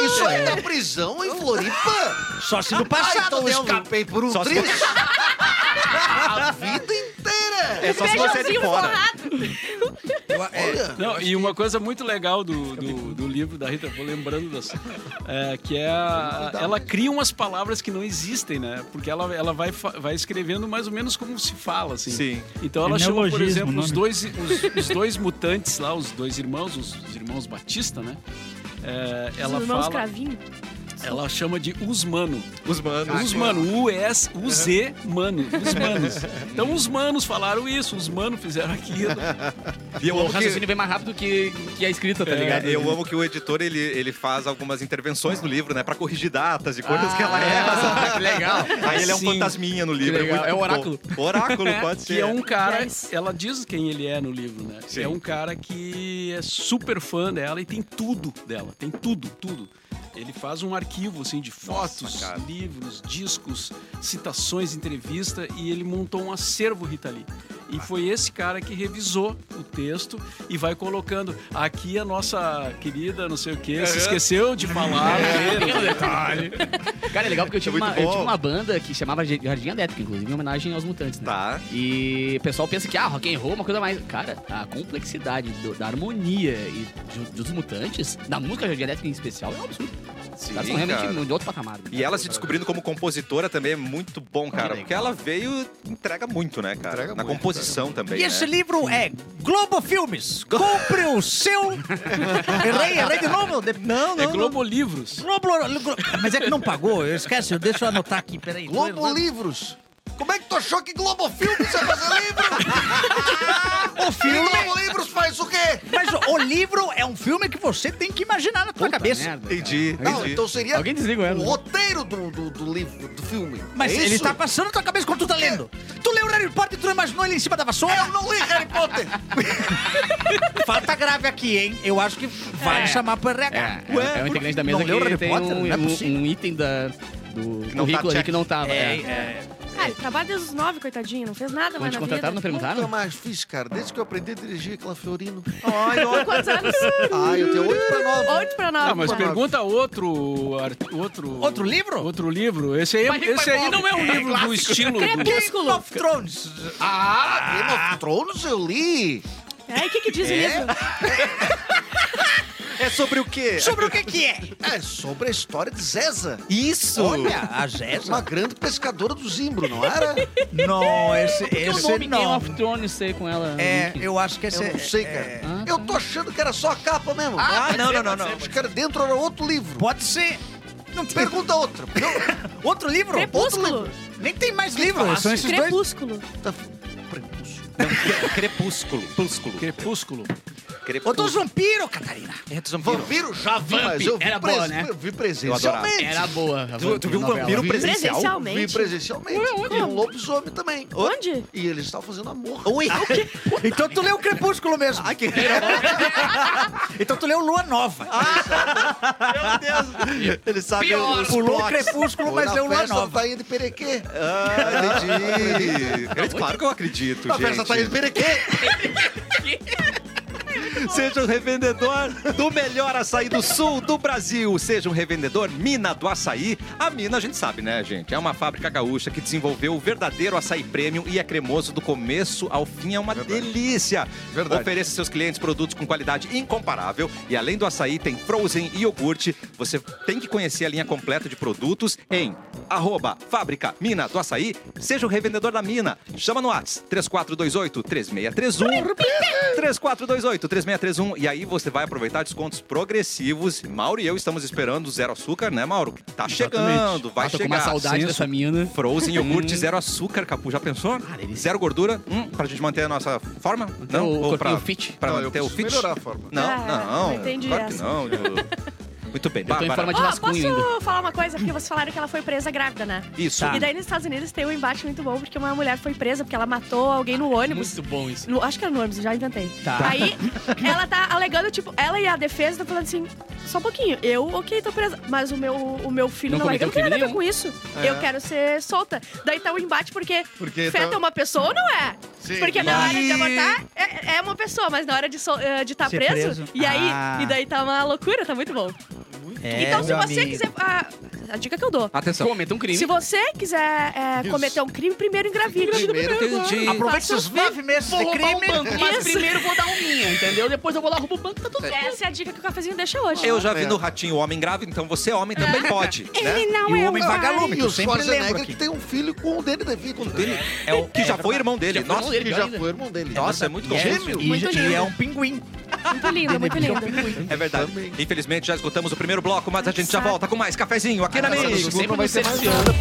Isso aí da prisão em Floripa?
é um Só se do
Ah,
passado
então
deu.
escapei por um
Só se-
triz. A vida inteira.
É só se você é de
Feijãozinho
fora.
forrado.
Olha,
Não, e uma coisa muito legal do, do, do livro da Rita, vou lembrando das, é, que é a- ela cria umas palavras que não existem, né? Porque ela, ela vai, fa- vai escrevendo mais ou menos como se fala, assim.
Sim.
Então ela
É
chama, por
neologismo o
exemplo,
nome.
os dois, os, os dois mutantes lá, os dois irmãos, os, os irmãos Batista, né? É, ela
Os irmãos
fala,
cravinho.
ela chama de os mano.
Os manos.
Os mano, U, S, U, Z, mano, os manos. Então os manos falaram isso, os mano fizeram aquilo.
E eu
O
amo que
raciocínio vem mais rápido que, que a escrita, tá ligado?
É, eu amo que o editor ele, ele faz algumas intervenções no livro, né? Pra corrigir datas e coisas que ela é. erra.
Ah, que legal.
sabe? Aí ele é um
sim.
fantasminha no livro.
legal.
muito
É um
bom.
oráculo.
Oráculo, pode ser.
Que é um cara,
Yes.
ela diz quem ele é no livro, né?
Sim.
É um cara que é super fã dela e tem tudo dela, tem tudo, tudo. Ele faz um arquivo assim de
Nossa,
fotos,
cara.
livros, discos, citações, entrevista e ele montou um acervo Rita Lee. E
Ah.
foi esse cara que revisou o texto e vai colocando aqui é a nossa querida, não sei o quê, se esqueceu de falar. É
Pequeno detalhe. Cara, é legal porque eu tive,
É muito
uma, eu
bom.
tive uma banda que chamava Ge- Jardim Elétrico, inclusive, em homenagem aos mutantes, né?
Tá.
E o pessoal pensa que, ah, rock and roll é uma coisa mais... Cara, a complexidade do- da harmonia e de- dos mutantes, da música Jardim Elétrico em especial, é um absurdo.
Tá
Sim,
Os caras são realmente
cara.
de outro patamar. né?
E ela se descobrindo como compositora também é muito bom, cara. Porque ela veio entrega muito, né, cara?
Entrega
Na
muito,
composição também.
E esse
né?
livro é Globo Filmes. Compre o seu. errei, errei de novo. De- Não, não.
É
Então,
não.
Globo Livros.
Globo- Glo- Mas é que não pagou. Eu esquece, eu deixo eu anotar aqui. Peraí. tô
Globo
errando.
Livros. Como é que tu achou que Globo Filmes ia fazer livro?
O
E
filme.
Globo Livros faz o quê?
Mas o- o livro é um filme que você tem que imaginar na tua
Puta
cabeça.
merda, cara.
Entendi.
Não,
entendi.
então seria
Alguém desliga
o
ela.
roteiro do, do, do livro, do filme.
né? Mas
É
ele
isso? É.
tá passando na tua cabeça quando tu tá lendo. Tu leu Harry Potter e tu imaginou ele em cima da vassoura?
Eu não li Harry Potter.
Falta grave aqui, hein? Eu acho que vale
É.
chamar pro RH.
É, é, é um integrante da mesa
não leu
que
Harry
tem
Potter?
um,
Não é
um-
possível.
um item da, do
não tá
currículo ali
check.
que não tava.
É,
é.
é.
Ah, ele trabalha desde os nove, coitadinho. Não fez nada
Quando
mais
te
na
contrataram, não
vida.
Tá.
perguntaram?
Nunca mais fiz, cara. Desde que eu aprendi a dirigir aquela Fiorino.
Ai, ó.
Quantos anos?
Ah, eu tenho 8 pra 9.
Oito pra nove.
Ah, mas
tá.
pergunta outro, ar- outro.
Outro livro?
um Outro livro. Esse aí,
Mas
esse aí
Rick
não é um livro do estilo. Do...
É
Game
Crepúsculo.
of Thrones.
Ah, Game of Thrones eu li.
Aí, o que que diz o livro?
É sobre o quê?
Sobre o que que é?
É sobre a história de Zesa.
Isso!
Olha, a Jéssica.
Uma grande pescadora do Zimbro, não era?
Não, esse,
Porque o
esse
nome Game
não.
of Thrones sei com ela.
É,
Nick.
eu acho que esse
Eu não sei, cara.
é-
Ah,
Eu tô achando que era só a capa mesmo.
Ah, não, não, não, não.
Acho que era dentro, era outro livro.
Pode ser. Não tem.
Pergunta outra. Não,
Outro livro?
Crepúsculo.
Nem tem mais livro.
fácil.
São esses dois.
Crepúsculo.
tá- prepúcio.
Não, cre- crepúsculo. Púsculo.
Crepúsculo.
Outros
Crepúsculo.
vampiros, Catarina.
É dos vampiros.
Vampiro já vi,
Vamp,
mas eu vi,
era
pres-
boa, né?
eu vi
Eu adorava.
presencialmente.
Era boa. a
Tu, tu viu um
novela.
vampiro
Vi
presencial?
Presencialmente?
Vi presencialmente. E um lobisomem também.
Onde?
E eles estavam fazendo amor.
Ui. então tu leu o Crepúsculo mesmo. então tu leu Lua Nova.
Meu Deus. Ele sabe
Pior.
os
Pulou o
plots.
Crepúsculo,
Foi
mas leu
na
Lua
festa da
Nova.
Tainha de Perequê.
Ah, entendi. Eu- Claro que eu acredito,
Na festa da Tainha de
gente.
Perequê.
Seja um revendedor do melhor açaí do sul do Brasil. Seja um revendedor mina do açaí. A mina a gente sabe, né, gente? É uma fábrica gaúcha que desenvolveu o verdadeiro açaí premium e é cremoso do começo ao fim. É uma delícia.
Verdade.
Ofereça aos seus clientes produtos com qualidade incomparável. E além do açaí, tem frozen e iogurte. Você tem que conhecer a linha completa de produtos em arroba fábrica mina do açaí. Seja o revendedor da mina. Chama no WhatsApp 3428-3631. 3428-3631. E aí você vai aproveitar descontos progressivos. Mauro e eu estamos esperando o zero açúcar, né, Mauro? Tá chegando, vai
Ah, tô com
chegar.
uma saudade
Sim,
dessa Hum. mina.
Frozen, iogurte, zero açúcar, Capu, já pensou? zero gordura, hum, pra gente manter a nossa forma? Não,
Então, o
ou pra,
corpinho fit?
pra
Não, eu
manter o
preciso
fit?
melhorar a forma.
Não,
Ah,
não,
não entendi
claro que
essa.
não. Ju. Muito bem,
Eu tô em
Bárbara.
forma de
Ó,
rascunho
posso
ainda.
falar uma coisa? Porque vocês falaram que ela foi presa grávida, né?
Isso.
Tá.
E daí nos Estados Unidos tem um embate muito bom, porque uma mulher foi presa porque ela matou alguém no ônibus.
Muito bom isso.
No- acho que era no ônibus, já inventei.
Tá.
Aí ela tá alegando, tipo, ela e a defesa estão falando assim, só um pouquinho, eu, ok, tô presa, mas o meu, o meu filho
Não
não, é. Eu
cometeu
não tenho nada a ver
crime É.
com isso. Eu quero ser solta. Daí tá o embate porque,
Porque
feta
tá-
uma pessoa ou não é? porque na hora de abortar é, é uma pessoa, mas na hora de estar
Ser
preso,
preso.
e aí,
Ah.
e daí tá uma loucura, tá muito bom.
É,
então, se
meu
você
amigo.
quiser. A, a dica que eu dou.
Atenção.
Comenta um crime.
Se você quiser é,
Isso.
cometer um crime, primeiro engravide.
Primeiro
Entendi.
Aproveite
Faça
seus nove meses
Vou
de
roubar
crime.
um banco, mas
Isso.
primeiro vou dar um minha, entendeu? Depois eu vou lá roubar o banco, tá tudo certo.
Essa é a dica que o cafezinho deixa hoje.
Eu já vi no Ratinho o homem grávido, então você, homem,
Ah.
também pode.
Ele
Né?
não
E o
é
homem
um
vagalume.
E
Eu
o
sempre lembro
Schwarzenegger
aqui.
que tem um filho com o Danny DeVito.
Dele- É o que já foi irmão dele.
Já foi irmão
Nossa,
dele.
Que já foi irmão dele.
nossa, é muito
E é-
gêmeo.
e-
Muito lindo.
E é um pinguim.
Muito lindo, muito lindo.
É verdade. Infelizmente, já esgotamos o primeiro bloco, mas a gente já
Sabe.
volta com mais cafezinho aqui na
Nossa,
Mix.
sempre
não vai
nos
ter mais
cerceando.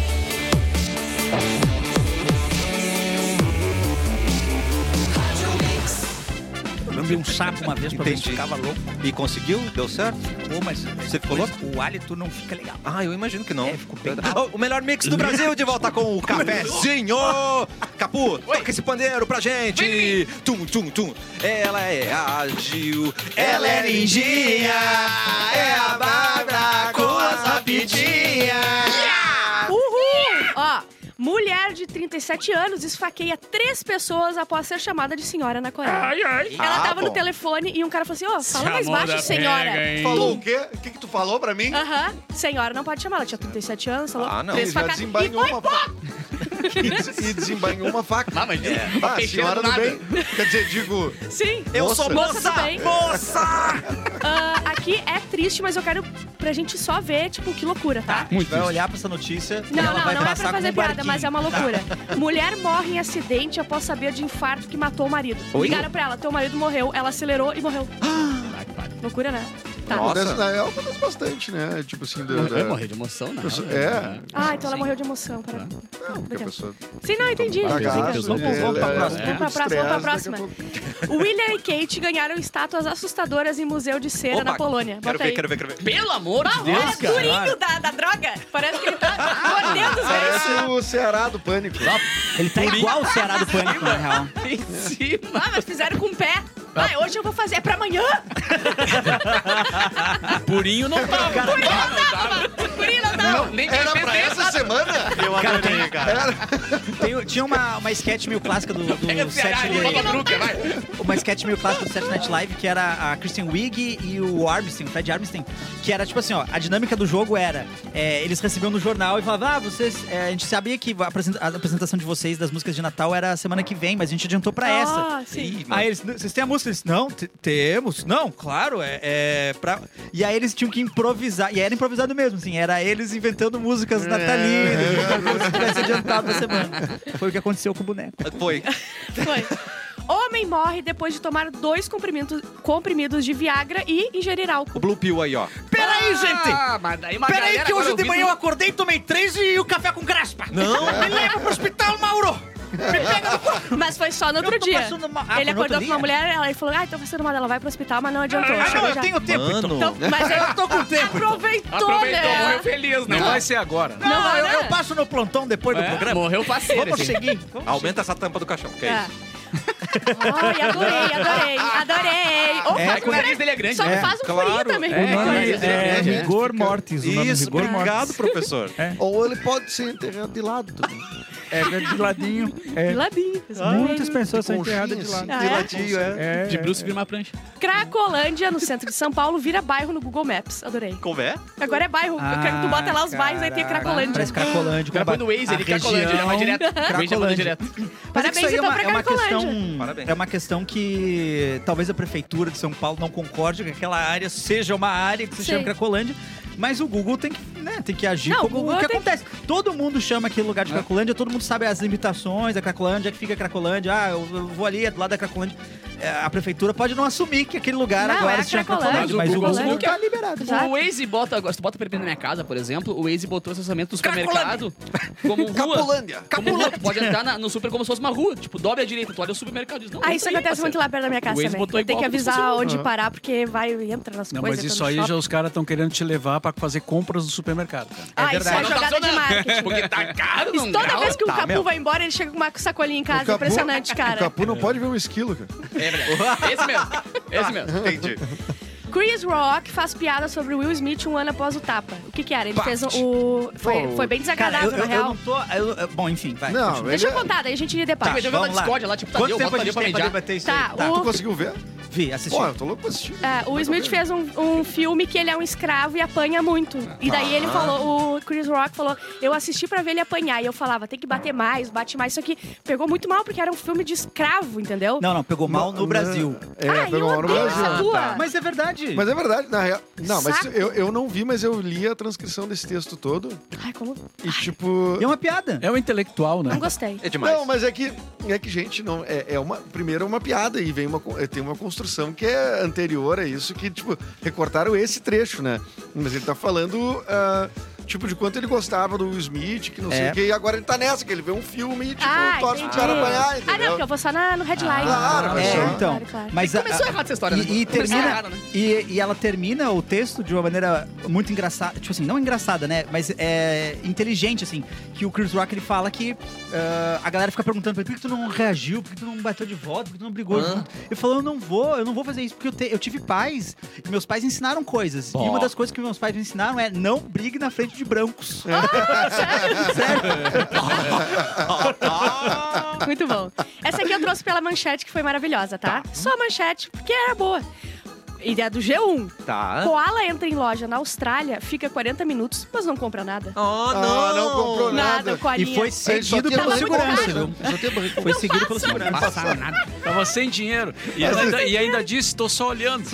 Eu lambi um sapo uma vez pra ver se
Entendi.
ficava louco.
E conseguiu? Deu certo?
Pô, mas
Você ficou
depois O hálito não fica legal.
Ah, eu imagino que não.
É, ficou bem.
Oh, o melhor mix do Brasil de volta com o cafezinho. Capu, toca esse pandeiro pra gente. Tum, tum, tum. Ela é ágil, ela é ninjinha, é a Bárbara com as rapidinhas.
Uhul! Ó, mulher de 37 anos esfaqueia três pessoas após ser chamada de senhora na Coreia. Ela
Ah,
tava
bom.
no telefone e um cara falou assim: ô, fala mais baixo, senhora.
Falou o quê? O que, que tu falou pra mim?
Aham, senhora não pode chamar. Ela tinha 37 anos, falou
Ah, não.
três
Ele já
facadas. E
desembainhou
foi
uma faca. E des- e desembainhou uma faca.
Ah, mas tá
Ah,
fechando
senhora do
nada.
bem. Quer dizer, digo,
Sim.
Eu sou
Moça
moça!
do bem.
Moça!
Ah, aqui é triste, mas eu quero pra gente só ver, tipo, que loucura, tá?
Muito vai olhar pra essa notícia e
Não,
ela
não,
vai
não é
passar
pra fazer
com um
piada, mas é uma loucura. Mulher morre em acidente após saber de infarto que matou o marido.
Oi?
Ligaram pra ela, teu marido morreu, ela acelerou e morreu. loucura, né? Tá.
Nossa.
acontece, na real, acontece bastante, né? Tipo assim, da,
Não é vai
da,
morrer de emoção, não.
Pessoa- é.
Ah, então ela
Sim.
morreu de emoção, peraí.
não,
É.
que a pessoa
Sim, não, entendi.
Tá,
Fica-
gasto,
Vamos
né?
vamos pra
É,
próxima,
é.
vamos pra próxima, vamos pra próxima.
Estresse, daqui
William e Kate ganharam estátuas assustadoras em museu de cera na Polônia. Bota
Quero ver,
aí. Ah,
quero ver, quero ver.
Pelo amor de Deus,
Olha,
cara.
durinho da, da droga. Parece que ele tá mordendo os beijos.
Parece o Ceará do Pânico.
Ele tá igual o Ceará do Pânico, na real.
Em cima.
Ah, mas fizeram com o pé. Ah, hoje eu vou fazer, é pra amanhã.
Purinho não tava.
Guri, não dá.
Nem
Era pra essa semana? Eu adorei, cara.
Tem- tinha uma, uma sketch meio clássica do,
Pega
do
o Ceará ali,
Saturday-
bota a né? truca, vai.
uma sketch meio clássica do Saturday Night Live, que era a Kristen Wiig e o Armstein, o Fred Armstein, que era tipo assim, ó, a dinâmica do jogo era, é, eles recebiam no jornal e falavam, ah, vocês, é, a gente sabia que a apresen- a apresentação de vocês das músicas de Natal era a semana que vem, mas a gente adiantou pra essa.
Ah, sim.
Aí eles, "Não, vocês têm a música? Eles, não, te- temos. Não, claro, é, é pra... E aí eles tinham que improvisar, e era improvisado mesmo, assim, era eles inventando músicas natalinas, como se tivesse adiantado a semana. Foi o que aconteceu com o boneco.
Foi.
Foi. Homem morre depois de tomar dois comprimidos, comprimidos de Viagra e ingerir
O
álcool.
Blue Pill aí, ó.
Peraí, gente!
Ah, mas daí uma
Peraí
galera
que hoje
agora
de manhã eu
ouvindo-
acordei, tomei três e o café com graspa.
Não.
Me leva pro hospital, Mauro!
Mas foi só no outro
tô
dia.
passando mal. Ah,
ele
foi no outro
acordou com uma
dia?
mulher, ela ele falou, ah, então passando mal, ela vai pro hospital, mas não adiantou.
Ah,
chegou
não, eu
já.
tenho tempo. então.
Mano,
Então, mas eu
tô com tempo, então.
Aproveitou,
Aproveitou,
né?
morreu feliz, né?
Não vai ser agora.
Não,
Não,
eu,
né?
eu passo no plantão depois do
É,
programa.
Morreu parceiro.
Vamos
assim.
seguir. Vamos
aumenta essa tampa do caixão, que é,
É.
isso.
Ai, adorei, adorei, adorei. Ô,
É
faz
que o
um
nariz dele é grande,
Só
né?
faz um
Claro.
furinho também.
É,
O nome
é,
é,
é, é.
Rigor Mortis. O nome é
Isso,
Rigor
obrigado,
Mortis.
professor.
Ou ele pode ser enterrado de lado.
Tá
É, de ladinho.
De
É,
ladinho.
muitas pessoas são
conchinha,
enterradas de
assim,
lado.
Ah,
de
é?
ladinho, é.
É,
De
é.
bruxo vira uma prancha.
Cracolândia, no centro de São Paulo, vira bairro no Google Maps. Adorei.
Como é?
Agora é bairro. Eu quero que tu bota lá os bairros, aí tem Cracolândia.
Ah, Parece Cracolândia. um
O cara põe no Waze, ele quer colândia, ele vai direto. O Waze já manda direto.
Mas é que isso
Parabéns,
aí é
então,
uma,
pra
é uma
Cracolândia.
questão,
Parabéns.
é uma questão que talvez a prefeitura de São Paulo não concorde que aquela área seja uma área que se
Sim.
chama Cracolândia, mas o Google tem que, né, tem que agir
Não, o
como o
Google
que
tem-
acontece. Todo mundo chama aquele lugar
É.
de Cracolândia, todo mundo sabe as limitações da Cracolândia, é que fica a Cracolândia, ah, eu, eu vou ali é do lado da Cracolândia. É, A prefeitura pode não assumir que aquele lugar
Não,
agora
é a
se chama
Cracolândia,
Cracolândia, mas o
Cracolândia.
Google tá liberado.
Exato.
O Waze bota, agora, se tu bota PP na minha casa, por exemplo, o Waze botou o estacionamento do supermercado como rua.
Capolândia.
Como rua, tu pode entrar na- no super como se fosse uma rua. Tipo, dobre à direita, tu olha o supermercado e diz, não,
Ah,
entra
isso
aí,
acontece
parceiro.
muito lá perto da minha
O
casa
Waze
também.
botou
Eu tenho
igual
que
como se
avisar
fosse um-
onde parar, porque vai e entra nas
Não,
coisas.
mas
entra
isso
no
aí
shopping.
já os caras estão querendo te levar pra fazer compras no supermercado, cara.
Ah, isso é
Não tá
jogada de
funcionando.
marketing.
Porque tá caro, não
Toda
grau.
vez que o
Tá,
Capu
meu.
vai embora, ele chega com uma sacolinha em casa.
Capu-
Impressionante,
O
cara.
Capu não pode ver um esquilo, cara.
Esse mesmo, esse mesmo.
Entendi.
Chris Rock faz piada sobre Will Smith um ano após o tapa. O que que era? Ele fez o... Foi, foi bem
Cara, eu,
desagradável,
eu-
na
eu
real.
não tô... eu- eu- bom, enfim, vai.
Não,
continua.
Deixa eu
Ele é-
contar, daí a gente debate.
Tá, eu joguei
vamos
na
lá.
Discord lá, tipo,
Quanto
Tadeu,
tempo a
bota ali
gente
pra
tem pra
mediar.
debater isso
Tá,
aí?
o-
Tu conseguiu ver?
Vi, assisti.
Pô, eu tô louco pra assistir.
É, o Smith fez um, um filme que ele é um escravo e apanha muito. E daí
Ah.
ele falou, o Chris Rock falou, eu assisti pra ver ele apanhar. E eu falava, tem que bater mais, bate mais. Só que pegou muito mal, porque era um filme de escravo, entendeu?
Não, não, pegou mal no Brasil.
É,
Ah,
pegou
eu
mal no
odeio
Brasil.
essa tua.
Mas é verdade.
Mas é verdade, na real. Não, mas
Saco.
eu, eu não vi, mas eu li a transcrição desse texto todo.
Ai, como?
E tipo.
E é uma piada.
É o intelectual, né?
Não gostei.
É demais.
Não, mas é que, é que gente, não, é, é uma, primeiro é uma piada e vem uma, con- tem uma construção que é anterior a isso, que, tipo, recortaram esse trecho, né? Mas ele tá falando, ah, tipo, de quanto ele gostava do Will Smith, que não sei
É.
o quê, e agora ele tá nessa, que ele vê um filme e, tipo,
Ah,
torce pro
entendi.
cara apanhar,
Ah, não,
entendeu?
porque eu vou só na- no headline.
Claro, um-
Ah,
mas
é,
só-
então.
Claro, claro.
Mas a-
Começou errado essa história,
e,
né?
e
Começou
termina
errado, né?
e, e ela termina o texto de uma maneira muito engraçada, tipo assim, não engraçada, né? Mas é inteligente, assim, que o Chris Rock ele fala que ah, a galera fica perguntando pra ele, por que tu não reagiu, por que tu não bateu de volta, por que tu não brigou junto? Ele falou, eu não vou, eu não vou fazer isso, porque eu, te- eu tive pais, e meus pais ensinaram coisas. E
Ó.
uma das coisas que meus pais me ensinaram é não brigue na frente de brancos.
Muito bom. Essa aqui eu trouxe pela manchete, que foi maravilhosa, tá? Só a manchete, porque era boa. Ideia do G1.
Tá.
Koala entra em loja na Austrália, fica 40 minutos, mas não compra nada.
Oh,
Ah, não comprou
Nada,
nada.
coalinha.
E foi
Ele só
seguido
tinha
pelo
tava muito
segurança,
caro.
viu? Foi seguido pelo segurança.
Não passaram nada.
Tava sem dinheiro. E, ela ainda, e ainda disse, tô só olhando.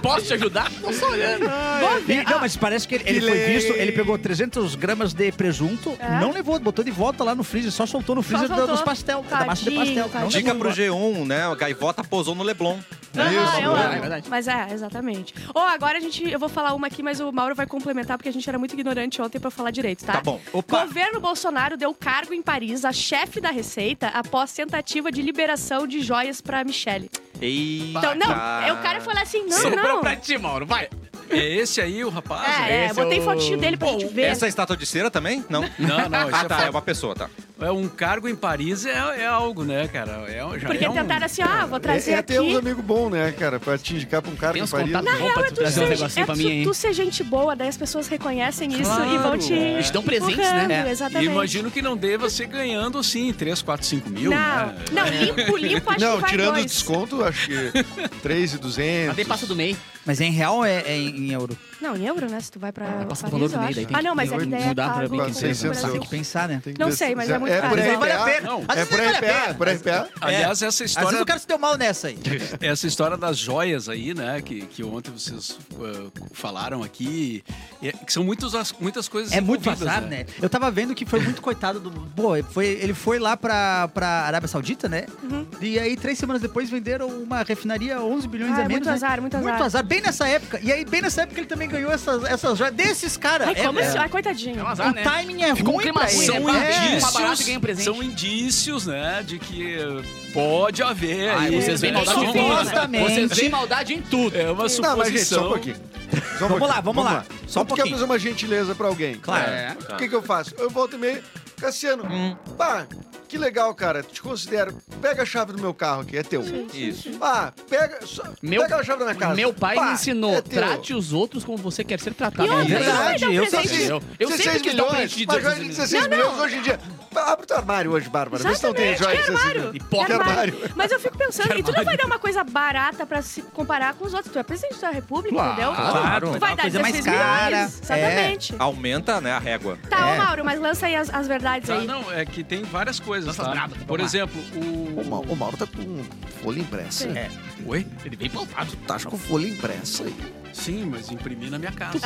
Posso te ajudar? Não sou né? olhando.
E-
Ah.
não, mas parece que ele, ele foi visto, ele pegou 300 gramas de presunto,
É?
não levou, botou de volta lá no freezer, só soltou no freezer da-
soltou.
dos pastel, da massa de
Tadinho,
pastel. Não
tadinho.
levou
Dica pro
embora.
G1, né? A gaivota posou no Leblon.
Ah, eu
é
amo.
verdade.
Mas é, exatamente. Ó, agora a gente. Eu vou falar uma aqui, mas o Mauro vai complementar, porque a gente era muito ignorante ontem pra falar direito, tá?
Tá bom.
Opa.
Governo Bolsonaro deu cargo em Paris a chefe da Receita após tentativa de liberação de joias pra Michelle.
Eita.
Então, não, é, o cara falou assim: não,
Sobrou
não.
pra ti, Mauro, vai.
É esse aí o rapaz?
É, é,
Esse é
botei
o-
fotinho dele pra gente ver.
Essa é estátua de cera também? Não.
Não, não, isso
Ah,
é
tá. É
fato.
uma pessoa, tá.
É um cargo em Paris é, é algo, né, cara? É, um- já
Porque
é um...
tentaram assim, ah, vou trazer
É, é
aqui.
ter uns amigos bons, né, cara, pra te indicar pra um cara
Tem
que
uns
faria.
contatos bons pra tu trazer um
Seja-
negocinho
é
pra
tu-
mim aí.
tu ser gente boa, daí as pessoas reconhecem isso e vão te.
Eles
dão presentes,
empurrando,
né?
É,
Exatamente.
E imagino que não deva ser ganhando, assim, 3, 4, 5 mil,
Não,
né?
não, limpo, limpo, acho que
Não,
vai
tirando o
dois.
desconto, acho que 3,200.
Até passa Tá do meio.
Mas é em real ou é, é em, em euro?
Não, em euro, né? Se tu vai pra Paris,
passa do valor do
eu
meio,
acho.
daí tem
Ah, não, mas é
que
que daí é
mudar pra
pago
ver
com
quem
o
são.
Brasil.
Tem que pensar, né?
Tem que
Não
ver se-
sei, mas é muito
É
caro.
por
Às vezes vale a
RPA.
pena.
Não.
Às
É
vezes
por
vale a
RPA,
pena.
por RPA.
Aliás, essa
Às vezes
história,
o cara se deu mal nessa aí.
essa história das joias aí, né, que, que ontem vocês ah, falaram aqui, é, que são muitos, as- muitas coisas
É muito
envolvidas,
azar, né? Eu tava vendo que foi muito coitado do. Pô, foi, ele foi lá pra, pra Arábia Saudita, né?
Uhum.
E aí, três semanas depois, venderam uma refinaria 11 bilhões
Ah,
a
é
menos.
muito
né?
azar, muito
Muito
azar.
azar, bem nessa época. E aí, bem nessa época, ele também ganhou essas, essas joias desses caras.
Ai,
É-
como
é-
assim? Ai, coitadinho.
É um azar,
o
né?
timing é
Ficou um
ruim pra
climação,
ele,
São
né? Uma
né?
barata
indícios,
ganha um presente.
são indícios, né, de que pode haver
Ai,
aí
vocês veem
bem
maldade em tudo, né?
supostamente.
Vocês veem maldade em tudo.
é uma
Não, mas gente, só um
suposição.
pouquinho. Só um
Vamos
pouquinho.
lá, vamos lá. Só um
Tu quer
pouquinho.
fazer uma gentileza pra alguém.
Claro.
É.
O que, que eu faço? Eu volto e meio. Cassiano, pá, que legal, cara. Te considero. Pega a chave do meu carro aqui, é teu.
Isso.
Pá, pega. só-
Meu-
pega a chave da minha casa.
Meu pai
Pá,
me ensinou,
é teu.
trate os outros como você quer ser tratado.
E outra,
Entendeu?
não vai
verdade,
dar um
eu
presente.
sei disso. Eu sempre
16
que dou um
milhões,
presente de
uma joia
16
de 16 milhões hoje em dia. Pá, abre teu armário hoje, Bárbara. Vê se não tem
Exatamente,
joia de
né? que
16 milhões.
armário.
Hipócrita.
Que armário. Mas eu fico pensando, e tu não vai dar uma coisa barata pra se comparar com os outros. Tu é presidente da república,
Claro.
entendeu?
Claro,
Tu
vai dar
vai
uma
dar
coisa
16
mais
milhões.
cara.
Exatamente.
Aumenta, né, a régua.
Tá,
É.
ô Mauro, mas lança aí as, as verdades
Tá,
aí.
não, é que tem várias coisas,
Nossa,
tá?
brava, vamos
Por
lá.
exemplo,
O
o...
Mauro, o Mauro tá com folha impressa.
Sim.
Oi?
Ele vem pautado.
Tá com folha impressa aí.
Sim, mas imprimi na minha casa.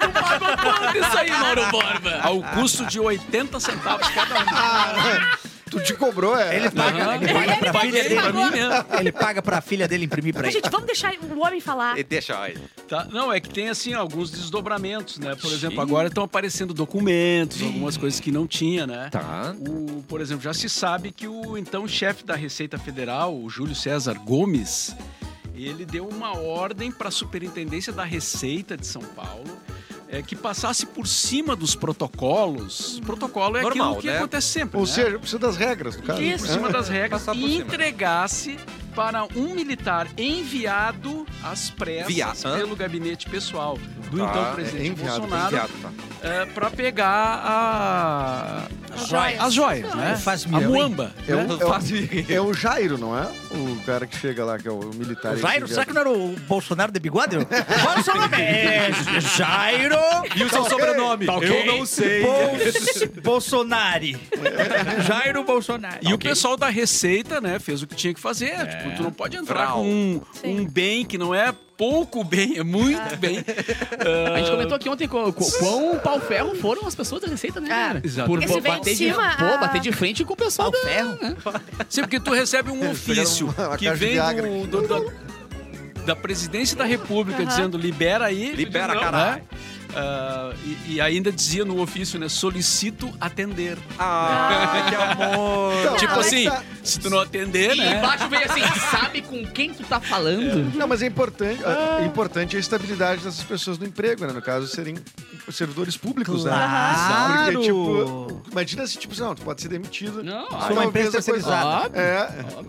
Tu pagou quanto isso aí, Mauro Borba? Ao custo de 80 centavos cada um.
Tu te cobrou, é.
Ele
tá-
paga, ele paga pra filha
Paguei pra
dele.
mim mesmo.
Ele paga pra filha dele imprimir pra ele.
Gente, vamos deixar o homem falar.
E deixa aí.
Tá, Não, é que tem assim alguns desdobramentos, né? Por exemplo, agora estão aparecendo documentos, algumas coisas que não tinha, né?
Tá.
O, por exemplo, já se sabe que o então chefe da Receita Federal, o Júlio César Gomes, ele deu uma ordem para a Superintendência da Receita de São Paulo é, que passasse por cima dos protocolos. Protocolo é
Normal,
aquilo que
né?
acontece sempre.
Ou
né?
seja, precisa das regras, do cara.
por cima das regras
Passar por
e
cima.
entregasse para um militar enviado às pressas
Via- hã?
pelo gabinete pessoal do
Tá,
então
é
presidente
enviado,
Bolsonaro para pegar a
As joias.
as joias, né?
Faz
a
milhão, hein? Tá
muamba.
É
né?
um- é um- é o Jairo, não é? O cara que chega lá, que é o militar.
Jairo,
que
será que não era o Bolsonaro de bigode? Fala o seu nome. É Jairo
E o seu sobrenome? tá. Eu não sei.
Bol- Bolsonari. Jairo Bolsonaro.
E o pessoal da Receita, né, fez o que tinha que fazer. Tipo, tu não pode entrar
Vral.
com um,
Sim.
um bem que não é pouco bem, é muito bem.
A gente comentou aqui ontem quão, quão pau-ferro foram as pessoas da Receita, né?
Ah,
cara?
exato.
Por
Porque se vem
bater
em
de,
cima,
pô,
a-
bater de frente com Tá o pessoal da... né?
ferro.
Sim, porque tu recebe um ofício
Pegaram uma- uma
que
caixa de
vem
Viagra.
do, do- da, da presidência da república
Aham.
dizendo libera aí.
Libera,
Não,
caralho.
né? Ah, e, e ainda dizia no ofício, né? Solicito atender.
Ah, que amor.
Então,
tipo
mas
assim,
tá-
se tu não atender,
E
né?
embaixo veio assim, sabe com quem tu tá falando?
Não, mas é importante, é importante a estabilidade dessas pessoas no emprego, né? No caso, serem servidores públicos, né?
Claro.
Porque, tipo, imagina se, tipo, assim, não, tu pode ser
É.
demitido.
Não,
Só
ah,
Sou uma
vez
empresa
a coisa-
terceirizada.
óbvio.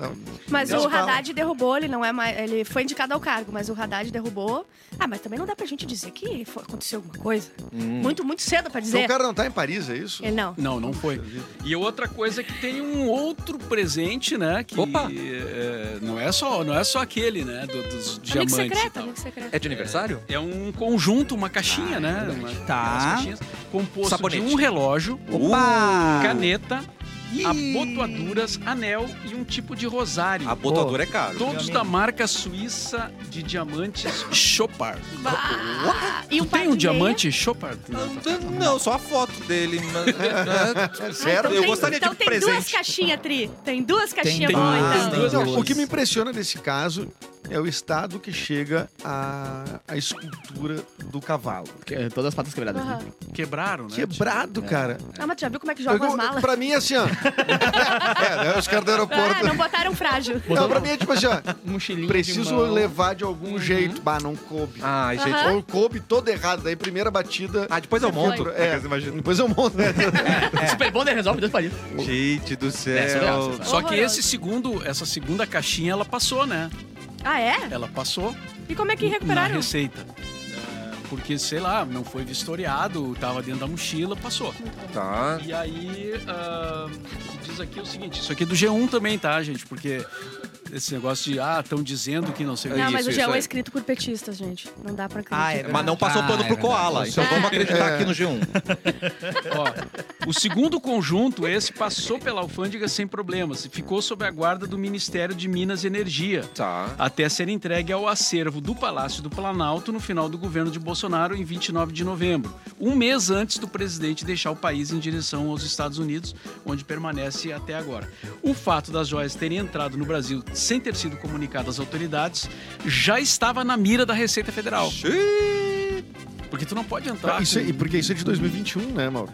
É, não,
Mas
Eles
o
falam.
Haddad derrubou, ele não é mais. Ele foi indicado ao cargo, mas o Haddad derrubou. Ah, mas também não dá pra gente dizer que fo- aconteceu alguma coisa. Muito, muito cedo pra
Então
dizer.
o cara não tá em Paris, é isso?
Ele não.
Não, não foi. E outra coisa é que tem um outro presente, né? Que
Opa.
é, não é só, não é só aquele, né? do- dos
Amigo
diamantes. e
secreto, né?
tal.
amigo secreto.
É de aniversário?
É um conjunto, uma caixinha, né? Uma,
Tá.
umas caixinhas, composto
Sabonete. Ah.
de um relógio,
Uh,
Opa!
caneta,
Ih.
abotoaduras, anel e um tipo de rosário.
A botadura é caro.
Todos da marca suíça de diamantes Chopard.
Bah! E um
Tu tem
par
um
de
diamante Chopard?
Não, só a foto dele. é. mas-
meia. Ah, então
Zero.
Eu
tem-
gostaria de
Então tem duas
presente.
caixinhas, Tri. Tem duas caixinhas
tem
boas,
duas,
então.
tem duas.
O que me impressiona nesse caso é o estado que chega a, a escultura do cavalo.
Que- Todas as patas quebradas, né?
Aham.
Quebraram, né?
É.
Quebrado, cara.
Ah, mas tu já viu como é que jogam as
Eu-
malas?
Pra mim é assim, ó. é, né, os caras do
Ah,
aeroporto.
não botaram frágil.
Não, pra mim é tipo assim, ó.
Mochilinha de
Preciso
mão.
levar de algum jeito. Bah, não coube.
Ai, Ah, gente.
Aham.
Ou coube todo errado. Daí, primeira batida.
Ah, depois eu monto.
É.
É, que eu imagino.
Depois eu monto, né?
é.
Super Bonder resolve dois palitos.
Gente do
É, surreal,
céu.
surreal.
Só que
Horroroso.
esse segundo, essa segunda caixinha, ela passou, né?
Ah, é?
Ela passou
E como é que
na
recuperaram?
receita. É, Porque, sei lá, não foi vistoriado, tava dentro da mochila, passou.
Tá.
E aí, ah, o que diz aqui é o seguinte, isso aqui é do G1 também, tá, gente? Porque esse negócio de, ah, estão dizendo que não sei o
Não,
que.
mas
Isso,
o G1
isso
é
aí.
escrito por petistas, gente. Não dá pra acreditar.
Ah, é
Mas não passou
Ah,
pano
é
pro
verdade.
Koala, então vamos
Tá
acreditar aqui no G1.
Ó, o segundo conjunto, esse passou pela alfândega sem problemas e ficou sob a guarda do Ministério de Minas e Energia.
Tá.
até ser entregue ao acervo do Palácio do Planalto no final do governo de Bolsonaro em 29 de novembro, um mês antes do presidente deixar o país em direção aos Estados Unidos, onde permanece até agora. O fato das joias terem entrado no Brasil sem ter sido comunicado às autoridades já estava na mira da Receita Federal. Porque tu não pode entrar.
Isso, é-
com-
e porque isso é de 2021, né, Mauro?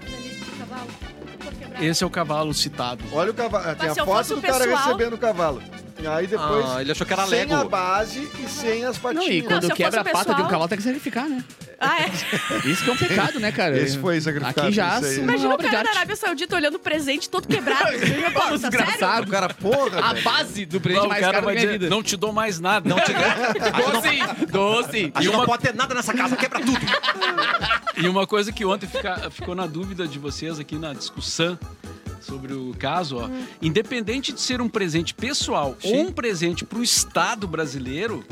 Esse é o cavalo citado.
Olha o cavalo. Tem
se
a
eu
foto
fosse
do
o
cara
pessoal-
recebendo o cavalo. E aí depois.
Ah, ele achou que era
sem
Lego.
a base e sem as
Não, e
patinhas.
Não, se
quando
eu
quebra a
fosse o
pata de um
pessoal-
cavalo, tem que sacrificar, né?
Ah, é?
Isso que é um pecado, né, cara?
Esse foi sacrificado,
Aqui já
isso aí.
é uma
Imagina o
obra de
cara da
arte.
Arábia Saudita olhando o presente todo quebrado. Meu
Pô,
Deus, tá sério?
É um desgraçado.
O cara, porra,
A
velho.
base do
Lá,
presente
o
mais
cara
caro da
vai
minha
dizer,
vida.
não te dou mais nada. Não te
Doce! Doce!
A gente não pode ter nada nessa casa, quebra tudo.
E uma coisa que ontem fica- ficou na dúvida de vocês aqui na discussão sobre o caso, ó. Independente de ser um presente pessoal ou um presente para o Estado brasileiro,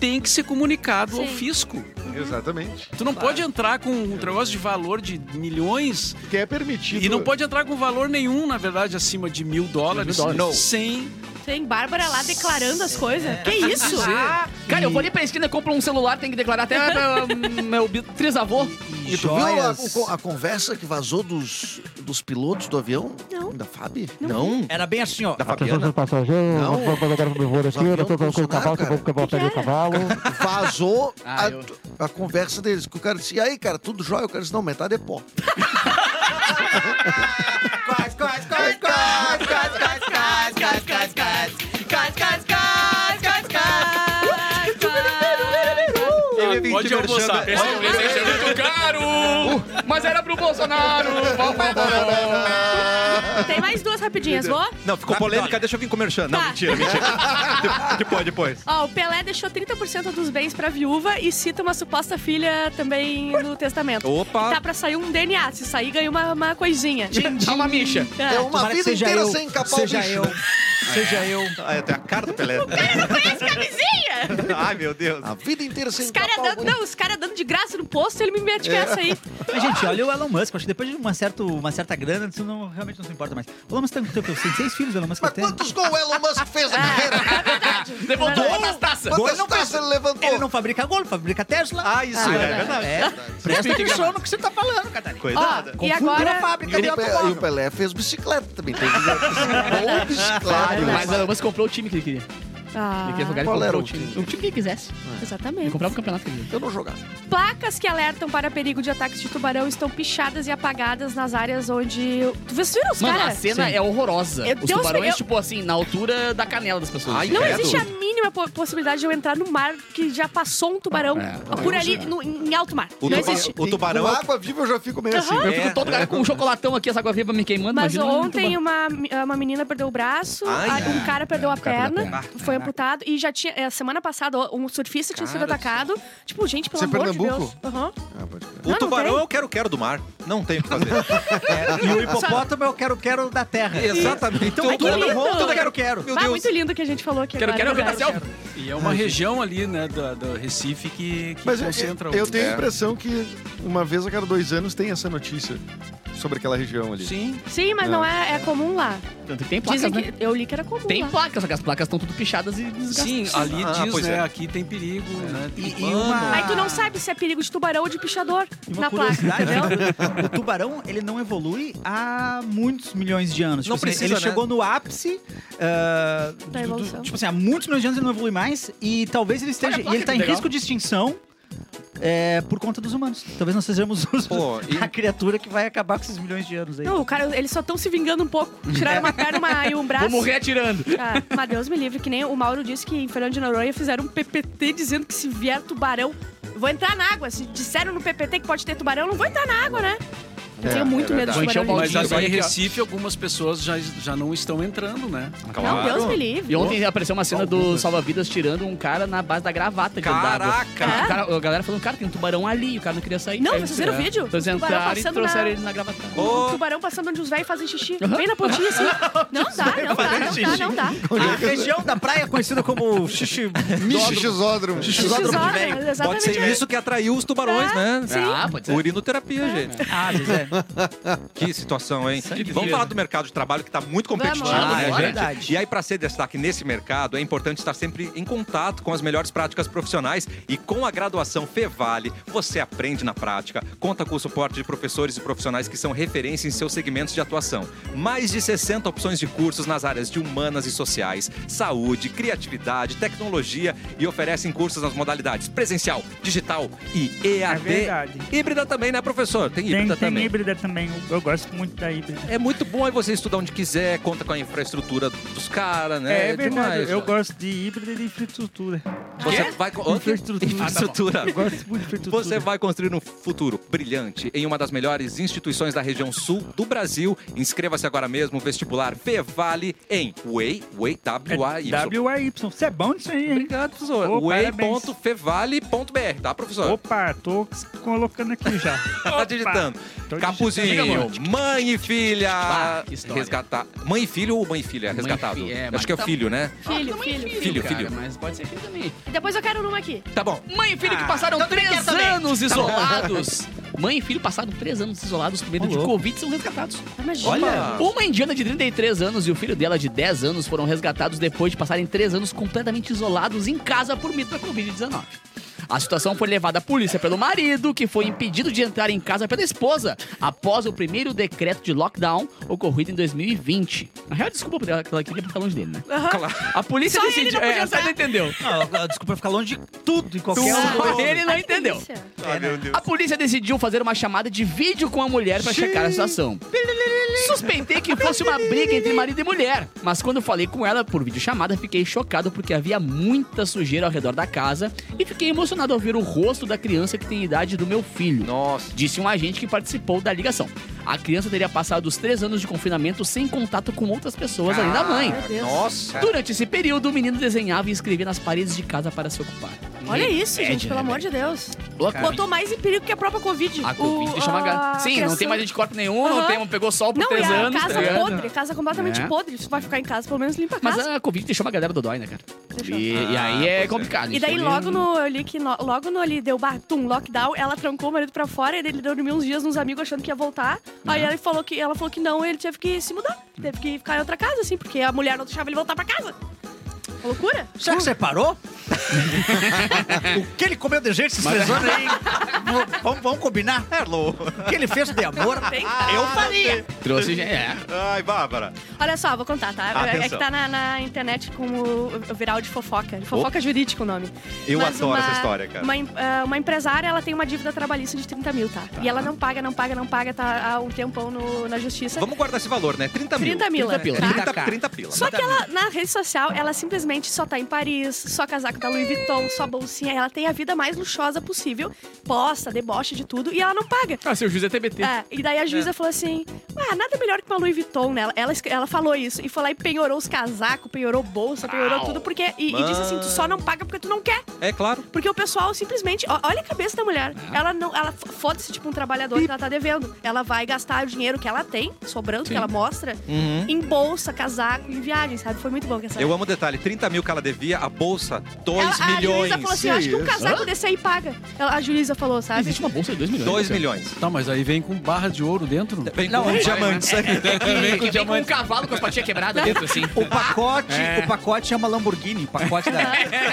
tem que ser comunicado ao
Sim.
fisco.
Exatamente.
Tu não pode entrar com um negócio de valor de milhões
Porque é permitido.
e não pode entrar com valor nenhum, na verdade, acima de mil dólares,
dólares.
Não.
sem
Tem Bárbara lá declarando as coisas.
É.
Que isso?
dizer.
Cara, eu vou ali pra esquina, compro um celular, tem que declarar até meu, meu bi- trisavô.
E, tu viu a- a, a conversa que vazou dos, dos pilotos do avião?
Não.
Da FAB?
Não,
Era bem assim, ó.
da
Atenção
Fabiana.
dos passageiros,
Não.
vamos colocar o primeiro aqui,
Avião
eu tô colocando o
Bolsonaro,
cavalo,
cara.
vou que eu vou
é?
pegar o cavalo.
Vazou
Ah,
a,
eu-
a conversa deles. Que o cara disse, e aí, cara, tudo jóia? O cara disse, não, metade é pó.
Ele vem
Pode
te merchando.
almoçar. Esse-
Olha,
esse-
é muito caro! Uh, Mas era pro Bolsonaro! Por favor.
Tem mais duas rapidinhas, vou?
Não, ficou polêmica, deixa eu vir com o merchan. Não,
Tá.
mentira, mentira. De- depois, depois.
Ó, o Pelé deixou 30% dos bens pra viúva e cita uma suposta filha também no testamento.
Opa.
Tá pra sair um DNA, se sair ganha uma, uma coisinha.
Dá uma micha.
É.
É uma
Tomara que
vida
seja
inteira
eu,
sem encapar o
Seja
bicho.
eu. Seja eu.
Ah, tem a cara do Pelé.
Camisinha!
Ai, meu Deus.
A vida inteira sem
Os caras
encapar o
dando,
bicho.
não, os caras dando de graça no posto, ele me
É.
mete com essa aí.
Mas, gente, olha o Elon Musk. Acho que depois de uma certa, uma certa grana, isso não, realmente não se importa mais. O Elon Musk tem, tem, tem seis filhos, o Elon Musk
Mas
tem.
quantos gols o Elon Musk fez na carreira?
É
Levantou as taças.
Quantas taças ele levantou?
Ele não fabrica Gol, fabrica Tesla.
Ah, isso é, é verdade. Ah,
É, presta atenção no que você tá falando, Catarina.
Cuidado.
Ó, e agora.
fábrica
E o, Pe- e o Pelé fez bicicleta também. Teve ou bicicleta.
Mas o Musk comprou o time que ele queria.
Ah,
Ele queria jogar, ele
Qual
comprou
era
o
o
time.
time?
O time que ele quisesse. Ele
exatamente.
um
comprava o campeonato que ele queria.
Eu não jogava.
Placas que alertam para perigo de ataques de tubarão estão pichadas e apagadas nas áreas onde. Tu vocês viram os
Mano, a
caras?
cena é horrorosa.
Eu-
Os
Deus me-
tubarões,
eu-
tipo assim, na altura da canela das pessoas.
Ai,
assim.
Não
Credo.
existe a mínima po- possibilidade de eu entrar no mar que já passou um tubarão
É,
por ali, no- em alto mar.
O,
não
tuba-
existe.
o tubarão
Com
é o
água viva eu já fico meio assim.
Eu fico todo cara com um chocolatão aqui, essa água viva me queimando.
Mas
imagina um
ontem uma, uma menina perdeu o braço,
Ai,
a- um cara perdeu a
cara perdeu a
perna,
perna.
foi amputado e já tinha. é, semana passada, um surfista tinha sido
Cara do
atacado. Tipo, gente, pelo
Isso é
amor
Pernambuco?
de Deus. Aham.
Ah, pode crer.
O
Ah, não
tubarão
tem?
é o quero-quero do mar. Não tem o que fazer.
E o hipopótamo é o quero-quero da terra.
Exatamente. Então,
que lindo.
Tudo quero-quero.
Meu
Ah,
Deus.
muito lindo que a gente falou aqui.
Quero,
agora,
quero ver
verdade.
da selva.
E é uma região ali, né, da, da Recife que, que
Mas
concentra
eu,
o-
eu tenho a
É.
impressão que uma vez a cada dois anos tem essa notícia sobre aquela região ali.
Sim.
Sim, mas não, é, é comum lá.
Tanto que Tem
Dizem
placas,
que.
né?
Eu li que era comum.
Tem
lá.
placas, só que as placas estão tudo pichadas e
um
desgastadas.
Sim, ali
Ah,
diz,
pois
né?
é.
Aqui tem perigo, né?
E,
tem-
e uma...
Aí tu não sabe se é perigo de tubarão ou de pichador
E uma
na placa,
curiosidade, né?
entendeu?
o tubarão, ele não evolui há muitos milhões de anos.
Não
Tipo assim,
precisa,
ele
né?
chegou no ápice ah, do-
Da
do-
evolução.
tipo assim, há muitos milhões de anos ele não evolui mais e talvez ele esteja,
Olha a
e ele tá
placa,
em
legal.
risco de extinção. é, por conta dos humanos. Talvez nós sejamos os-
Pô, e-
a criatura que vai acabar com esses milhões de anos aí.
Não, o cara, eles só estão se vingando um pouco. Tiraram uma perna uma- e um braço.
Vou morrer atirando.
Ah, mas Deus me livre, que nem o Mauro disse que em Fernando de Noronha fizeram um PPT dizendo que se vier tubarão, eu vou entrar na água. Se disseram no PPT que pode ter tubarão, eu não vou entrar na água, né? Eu
É,
tenho muito
é
medo de
verdade. Vou encher o
tubarão.
balde.
Mas
Maldito,
agora em
aqui, ó.
Recife, algumas pessoas já, já não estão entrando, né?
Não, Deus me livre.
E ontem apareceu uma cena do Salva-Vidas tirando um cara na base da gravata de andava.
Caraca.
O cara, a galera falando, cara, tem um tubarão ali, e o cara não queria sair.
Não,
Aí
vocês viram o
é.
vídeo?
Eles
O tubarão
entraram e
passando
trouxeram
na-
ele na gravata.
O tubarão passando onde os velhos fazem xixi. Bem na pontinha assim. Não dá, não dá, não dá, não dá.
A região da praia é conhecida como xixi.
Ah, é
Xixisódromo
Xixisódromo.
de
Xixi,
velho.
olha,
Pode
Exatamente.
ser isso que atraiu os tubarões, né?
Sim.
Ah, pode ser.
Urinoterapia, gente.
Ah, Zé.
Que situação, hein? Vamos falar do mercado de trabalho que está muito competitivo,
Vamos.
né,
Ah,
gente?
verdade.
E aí, para ser destaque nesse mercado, é importante estar sempre em contato com as melhores práticas profissionais e com a graduação Fevale, você aprende na prática, conta com o suporte de professores e profissionais que são referência em seus segmentos de atuação. Mais de 60 opções de cursos nas áreas de de humanas e sociais, saúde, criatividade, tecnologia e oferecem cursos nas modalidades presencial, digital e
É
EAD.
verdade.
híbrida também, né, professor? Tem
Tem,
híbrida
tem
também.
híbrida também. Eu gosto muito da híbrida.
É muito bom aí você estudar onde quiser, conta com a infraestrutura dos caras, né?
É, verdade.
demais,
eu
cara.
gosto de híbrida e de infraestrutura.
Você vai com Ô,
Infraestrutura.
infraestrutura.
Eu gosto muito de infraestrutura.
Você vai construir um futuro brilhante em uma das melhores instituições da região sul do Brasil. Inscreva-se agora mesmo, vestibular Fevale em Way, Way,
É
W A Y.
WAY. Você é bom nisso aí, hein?
Obrigado, professor.
Ô, parabéns.
Way.fevale.br, tá, professor?
Opa, tô colocando aqui já.
tá digitando.
Tô
Capuzinho, mãe e filha.
Ah, que história.
resgatar. Mãe e filho ou mãe e filha?
Mãe e
Resgatado.
fi- é, mas
Acho que é o
tá-
filho, né?
Filho, filho, filho.
Filho,
cara,
filho.
Mas pode ser filho também.
Depois eu quero numa aqui.
Tá bom.
Mãe e filho que passaram três anos isolados. Mãe e filho passaram três anos isolados com medo de Covid e são resgatados.
Imagina.
Olha.
Uma indiana de 33 anos e o filho dela de 10 anos foram resgatados depois de passarem 3 anos completamente isolados em casa por mito da Covid-19. A situação foi levada à polícia pelo marido, que foi impedido de entrar em casa pela esposa após o primeiro decreto de lockdown ocorrido em 2020. Na real, desculpa por ela, que ela queria ficar longe dele, né? A polícia
Só ele
decidiu.
não podia
é, só ele
entrar.
entendeu.
Não, a desculpa é ficar longe de tudo, em qualquer
Só
lugar.
ele não
Ai, que
entendeu.
delícia.
A polícia decidiu fazer uma chamada de vídeo com a mulher para checar a situação. Suspeitei que fosse uma briga entre marido e mulher, mas quando falei com ela por videochamada, fiquei chocado porque havia muita sujeira ao redor da casa e fiquei emocionado ao ver o rosto da criança que tem a idade do meu filho
Nossa.
disse um agente que participou da ligação. A criança teria passado os três anos de confinamento sem contato com outras pessoas
Ah,
além da mãe.
Nossa.
Durante esse período, o menino desenhava e escrevia nas paredes de casa para se ocupar.
Olha isso,
Pede,
gente,
né,
pelo amor
velho?
de Deus.
Boa Covid.
Botou mais em perigo que a própria Covid.
A Covid
O-
deixa uma
a
galera. Sim, não
criação-
tem mais anticorpo nenhum, não
Aham.
tem, pegou sol por
Não,
três
e a
anos.
casa
tá ligado?
podre, casa completamente
É.
podre. Se vai ficar em casa, pelo menos limpa a
Mas
casa.
a Covid deixou uma galera dodói, né, cara? E,
Deixou.
e aí
pois
é
é.
complicado.
E daí
isso
logo
aí-
no, eu li que no- logo no ali deu batum, lockdown, ela trancou o marido pra fora, ele dormiu uns dias nos amigos achando que ia voltar. Aí
Né?
ela falou que ela falou que não, ele teve que se mudar. Teve que ficar em outra casa, assim, porque a mulher não deixava ele voltar pra casa. Uma Loucura?
Será que você parou? o que ele comeu de gente esses três
é.
anos, hein? V- vamos, vamos combinar? O que ele fez de amor?
ah,
Eu faria.
Trouxe gente. É.
Ai, Bárbara.
Olha só, vou contar, tá? É- É que
Atenção.
tá na, na internet com o, o viral de fofoca. Fofoca jurídica o nome.
Eu
Mas
adoro
uma-
essa história, cara.
Uma, em- ah, uma empresária, ela tem uma dívida trabalhista de 30 mil, tá? E ela não paga, não paga, não paga, tá há um tempão no- na justiça.
Vamos guardar esse valor, né? 30 mil.
30 mil,
30 pila.
tá?
30, 30 pila. né?
Só que ela, na rede social, ela simplesmente só tá em Paris, só casaco da Louis Vuitton, só bolsinha. Ela tem a vida mais luxuosa possível, posta, deboche de tudo, e ela não paga.
Ah, seu José TBT.
É, e daí a juíza falou assim: ah, nada melhor que uma Louis Vuitton, né? Ela, ela, ela falou isso. E foi lá e penhorou os casacos, penhorou bolsa, penhorou
Uau.
tudo, porque. E, e disse assim: tu só não paga porque tu não quer.
É claro.
Porque o pessoal simplesmente. ó, olha a cabeça da mulher.
É.
Ela não. Ela f- foda-se, tipo, um trabalhador que ela tá devendo. Ela vai gastar o dinheiro que ela tem, sobrando, que ela mostra, em bolsa, casaco, em viagem, sabe? Foi muito bom
É.
que essa.
Uhum. Eu amo o detalhe, 30 mil que ela devia, a bolsa, 2
Ela- A
milhões.
juíza falou assim: eu acho que um casaco desse aí paga. Ela- a juíza falou, sabe?
Existe uma bolsa de 2 milhões.
2
né,
milhões.
Tá, mas aí vem com barra de ouro dentro?
Vem
Não,
com
é.
vai,
diamantes.
seu? Que, que vem com um cavalo com as patinhas quebradas dentro, assim.
O pacote, o pacote é uma Lamborghini. O pacote da.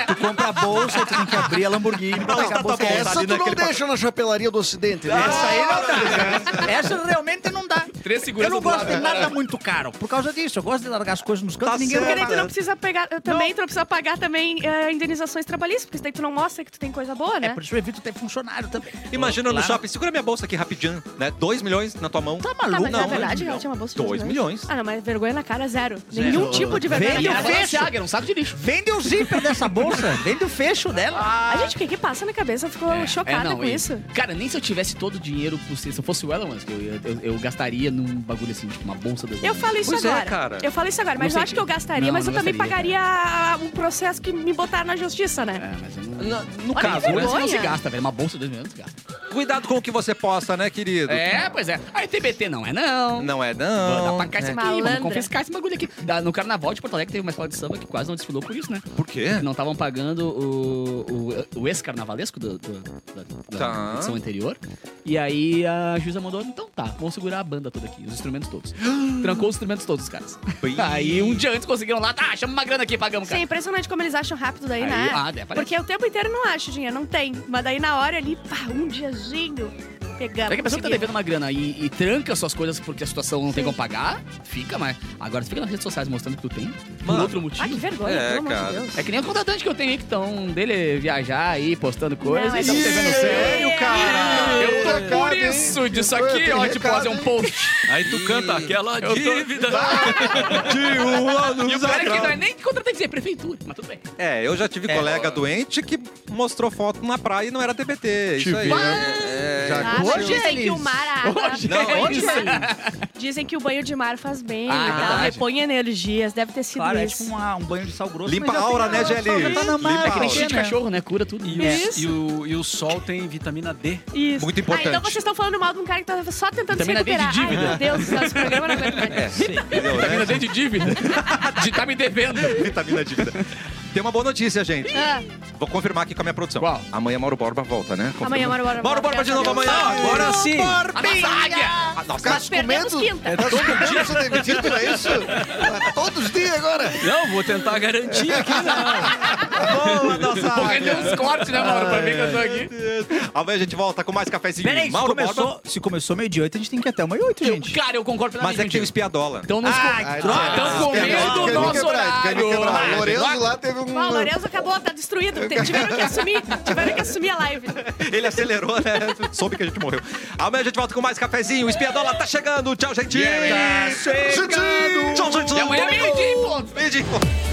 tu compra a bolsa, tu tem que abrir a Lamborghini pra pegar a bolsa.
bom, É. tá
Essa
ali
tu não
naquele
deixa na chapelaria do Ocidente, né?
Essa aí não dá. Essa realmente não dá.
Três
Eu
seguranças
não
do
gosto
lado.
de nada muito caro. Por causa disso, eu gosto de largar as coisas nos
Tá
cantos e ninguém
certo.
Porque daí
vai
tu não
pagar.
precisa pegar eu também, tu não precisa pagar também eh, indenizações trabalhistas, porque daí tu não mostra que tu tem coisa boa,
É
né?
por isso eu evito ter funcionário também.
É.
Imagina no
Claro.
shopping, segura minha bolsa aqui rapidinho, né? 2 milhões na tua mão.
Tá
Tá,
é
maluco?
mas na
não, né?
verdade
não.
ela tinha uma bolsa de
Dois
dois
milhões.
Ah, não, mas vergonha na cara, zero. Nenhum tipo de vergonha
Vende
E
Eu
na
a
cara.
fecho.
Balenciaga, era um saco de lixo.
Vende o zíper dessa bolsa. Vende o fecho dela.
A gente, o que que passa na cabeça? Ficou chocada com
É. e-
isso.
Cara, nem se eu tivesse todo o dinheiro possível, se eu fosse o Elon Musk, eu, ia- eu, eu gastaria num bagulho assim, tipo uma bolsa do
Eu falo isso
Pois é,
agora.
cara.
Eu falo isso agora, mas
Não
eu
sei
acho
que-
que eu gastaria,
Não,
mas
não
eu também
gastaria,
pagaria um processo que me botaram na justiça, né?
É, mas eu não...
Na- no
Olha,
caso,
segurança
né?
não se
vergonha.
gasta, velho. Uma bolsa de 2 milhões se gasta.
Cuidado com o que você posta, né, querido?
É, pois é. Aí TBT não é, não.
Não é,
Dá
não.
pra cá isso
né?
aqui, vamos
Malandra.
confiscar esse bagulho aqui. Da- No carnaval de Porto Alegre teve uma escola de samba que quase não desfilou por isso, né?
Por quê?
Que não estavam pagando o, o, o ex-carnavalesco do- do- da, da
Tá.
edição anterior. E aí a juíza mandou, então tá, vamos segurar a banda toda aqui, os instrumentos todos. Trancou os instrumentos todos, os caras.
Bem.
Aí um dia antes conseguiram lá, tá, chama uma grana aqui, pagamos,
Sim, é
cara.
impressionante como eles acham rápido daí,
Aí,
né?
ah, é, parece.
Porque o tempo inteiro eu não acho dinheiro, não tem. Mas daí na hora ali, pá, um diazinho. Pegamos.
Será que a pessoa que tá
conseguimos.
devendo uma grana e, e tranca suas coisas porque a situação não tem como pagar, fica, mas agora tu fica nas redes sociais mostrando que tu tem, por
Mano.
outro
Ah, que
motivo.
vergonha,
É,
pelo amor
cara.
de Deus.
É que nem o contratante que eu tenho aí que estão dele viajar aí, postando coisas.
Não, é
e tão
só-
devendo céu.
Sério, cara?
Eu tô
Recado,
por
hein?
isso disso
Tem
aqui, ó,
recado,
tipo fazer
hein?
um post.
Aí tu canta aquela
Eu tô-
dívida.
De um ano
E o cara que não é nem contratante, é prefeitura, mas tudo bem.
É, eu já tive
É,
colega
ó.
doente que mostrou foto na praia e não era TBT. Isso
Te
aí.
vi,
É,
Já
Ah, mas
aconteceu.
dizem que o mar, a água...
Hoje
Não,
é
hoje é
isso.
Dizem que o banho de mar faz bem
Ah,
e tal,
verdade.
repõe energias, deve ter sido
Claro, é tipo
isso.
uma- um banho de sal grosso.
Limpa
mas já
a
tem
aura, né,
sal
Gelli?
que tá
Limpa
na
a
massa,
aura.
É que nem
Sim,
xixi de
né?
cachorro, né? Cura tudo.
E,
Isso.
o, e, o, e o sol tem vitamina D.
Isso.
Muito
Ah,
importante.
então vocês estão falando mal de um cara que tá só tentando
Vitamina
se
D de
recuperar.
dívida.
Ai, meu Deus, do céu, esse programa não aguenta mais.
entendeu, né?
Vitamina D de dívida. De tá me devendo.
Vitamina dívida. Tem uma boa notícia, gente.
Ah,
Vou confirmar aqui com a minha produção.
Qual?
Amanhã Mauro Borba volta, né? Confirma.
Amanhã, Mauro Borba volta,
Mauro Borba de
graças
novo
a
amanhã.
Deus.
Agora sim.
A nossa águia.
Ah, nossa,
Mas
mas perdemos
comendo-
quinta.
Mas todo dia
Tá
você tem demitido, é isso? Mas Todos os dias agora.
Não, vou tentar garantir aqui.
boa, nossa
Vou render uns cortes, né, Mauro? Pra ver que eu tô aqui.
Amanhã a gente volta com mais cafezinho.
Peraí, se
Mauro
começou,
Borba.
se começou meio dia 8, a gente tem que ir até uma e 8, gente.
Cara, eu concordo
Mas é que tem o
plenamente.
espiadola.
Então nos
Ai, Ah, que droga.
Estão
quer
comendo
me
o nosso
quebrar, quer me
horário.
quebrar. O
Ah,
Lourenço lá teve um.
Ó, o Lourenço acabou, tá destruído. Tiveram que assumir, tiveram que assumir a live.
Ele acelerou, né? Soube que a gente morreu. Amanhã a gente volta com mais cafezinho. O espiadola tá chegando. Tchau, gente.
Yeah.
Tchau, gente.
E amanhã é meio-dia em ponto.
Meio-dia.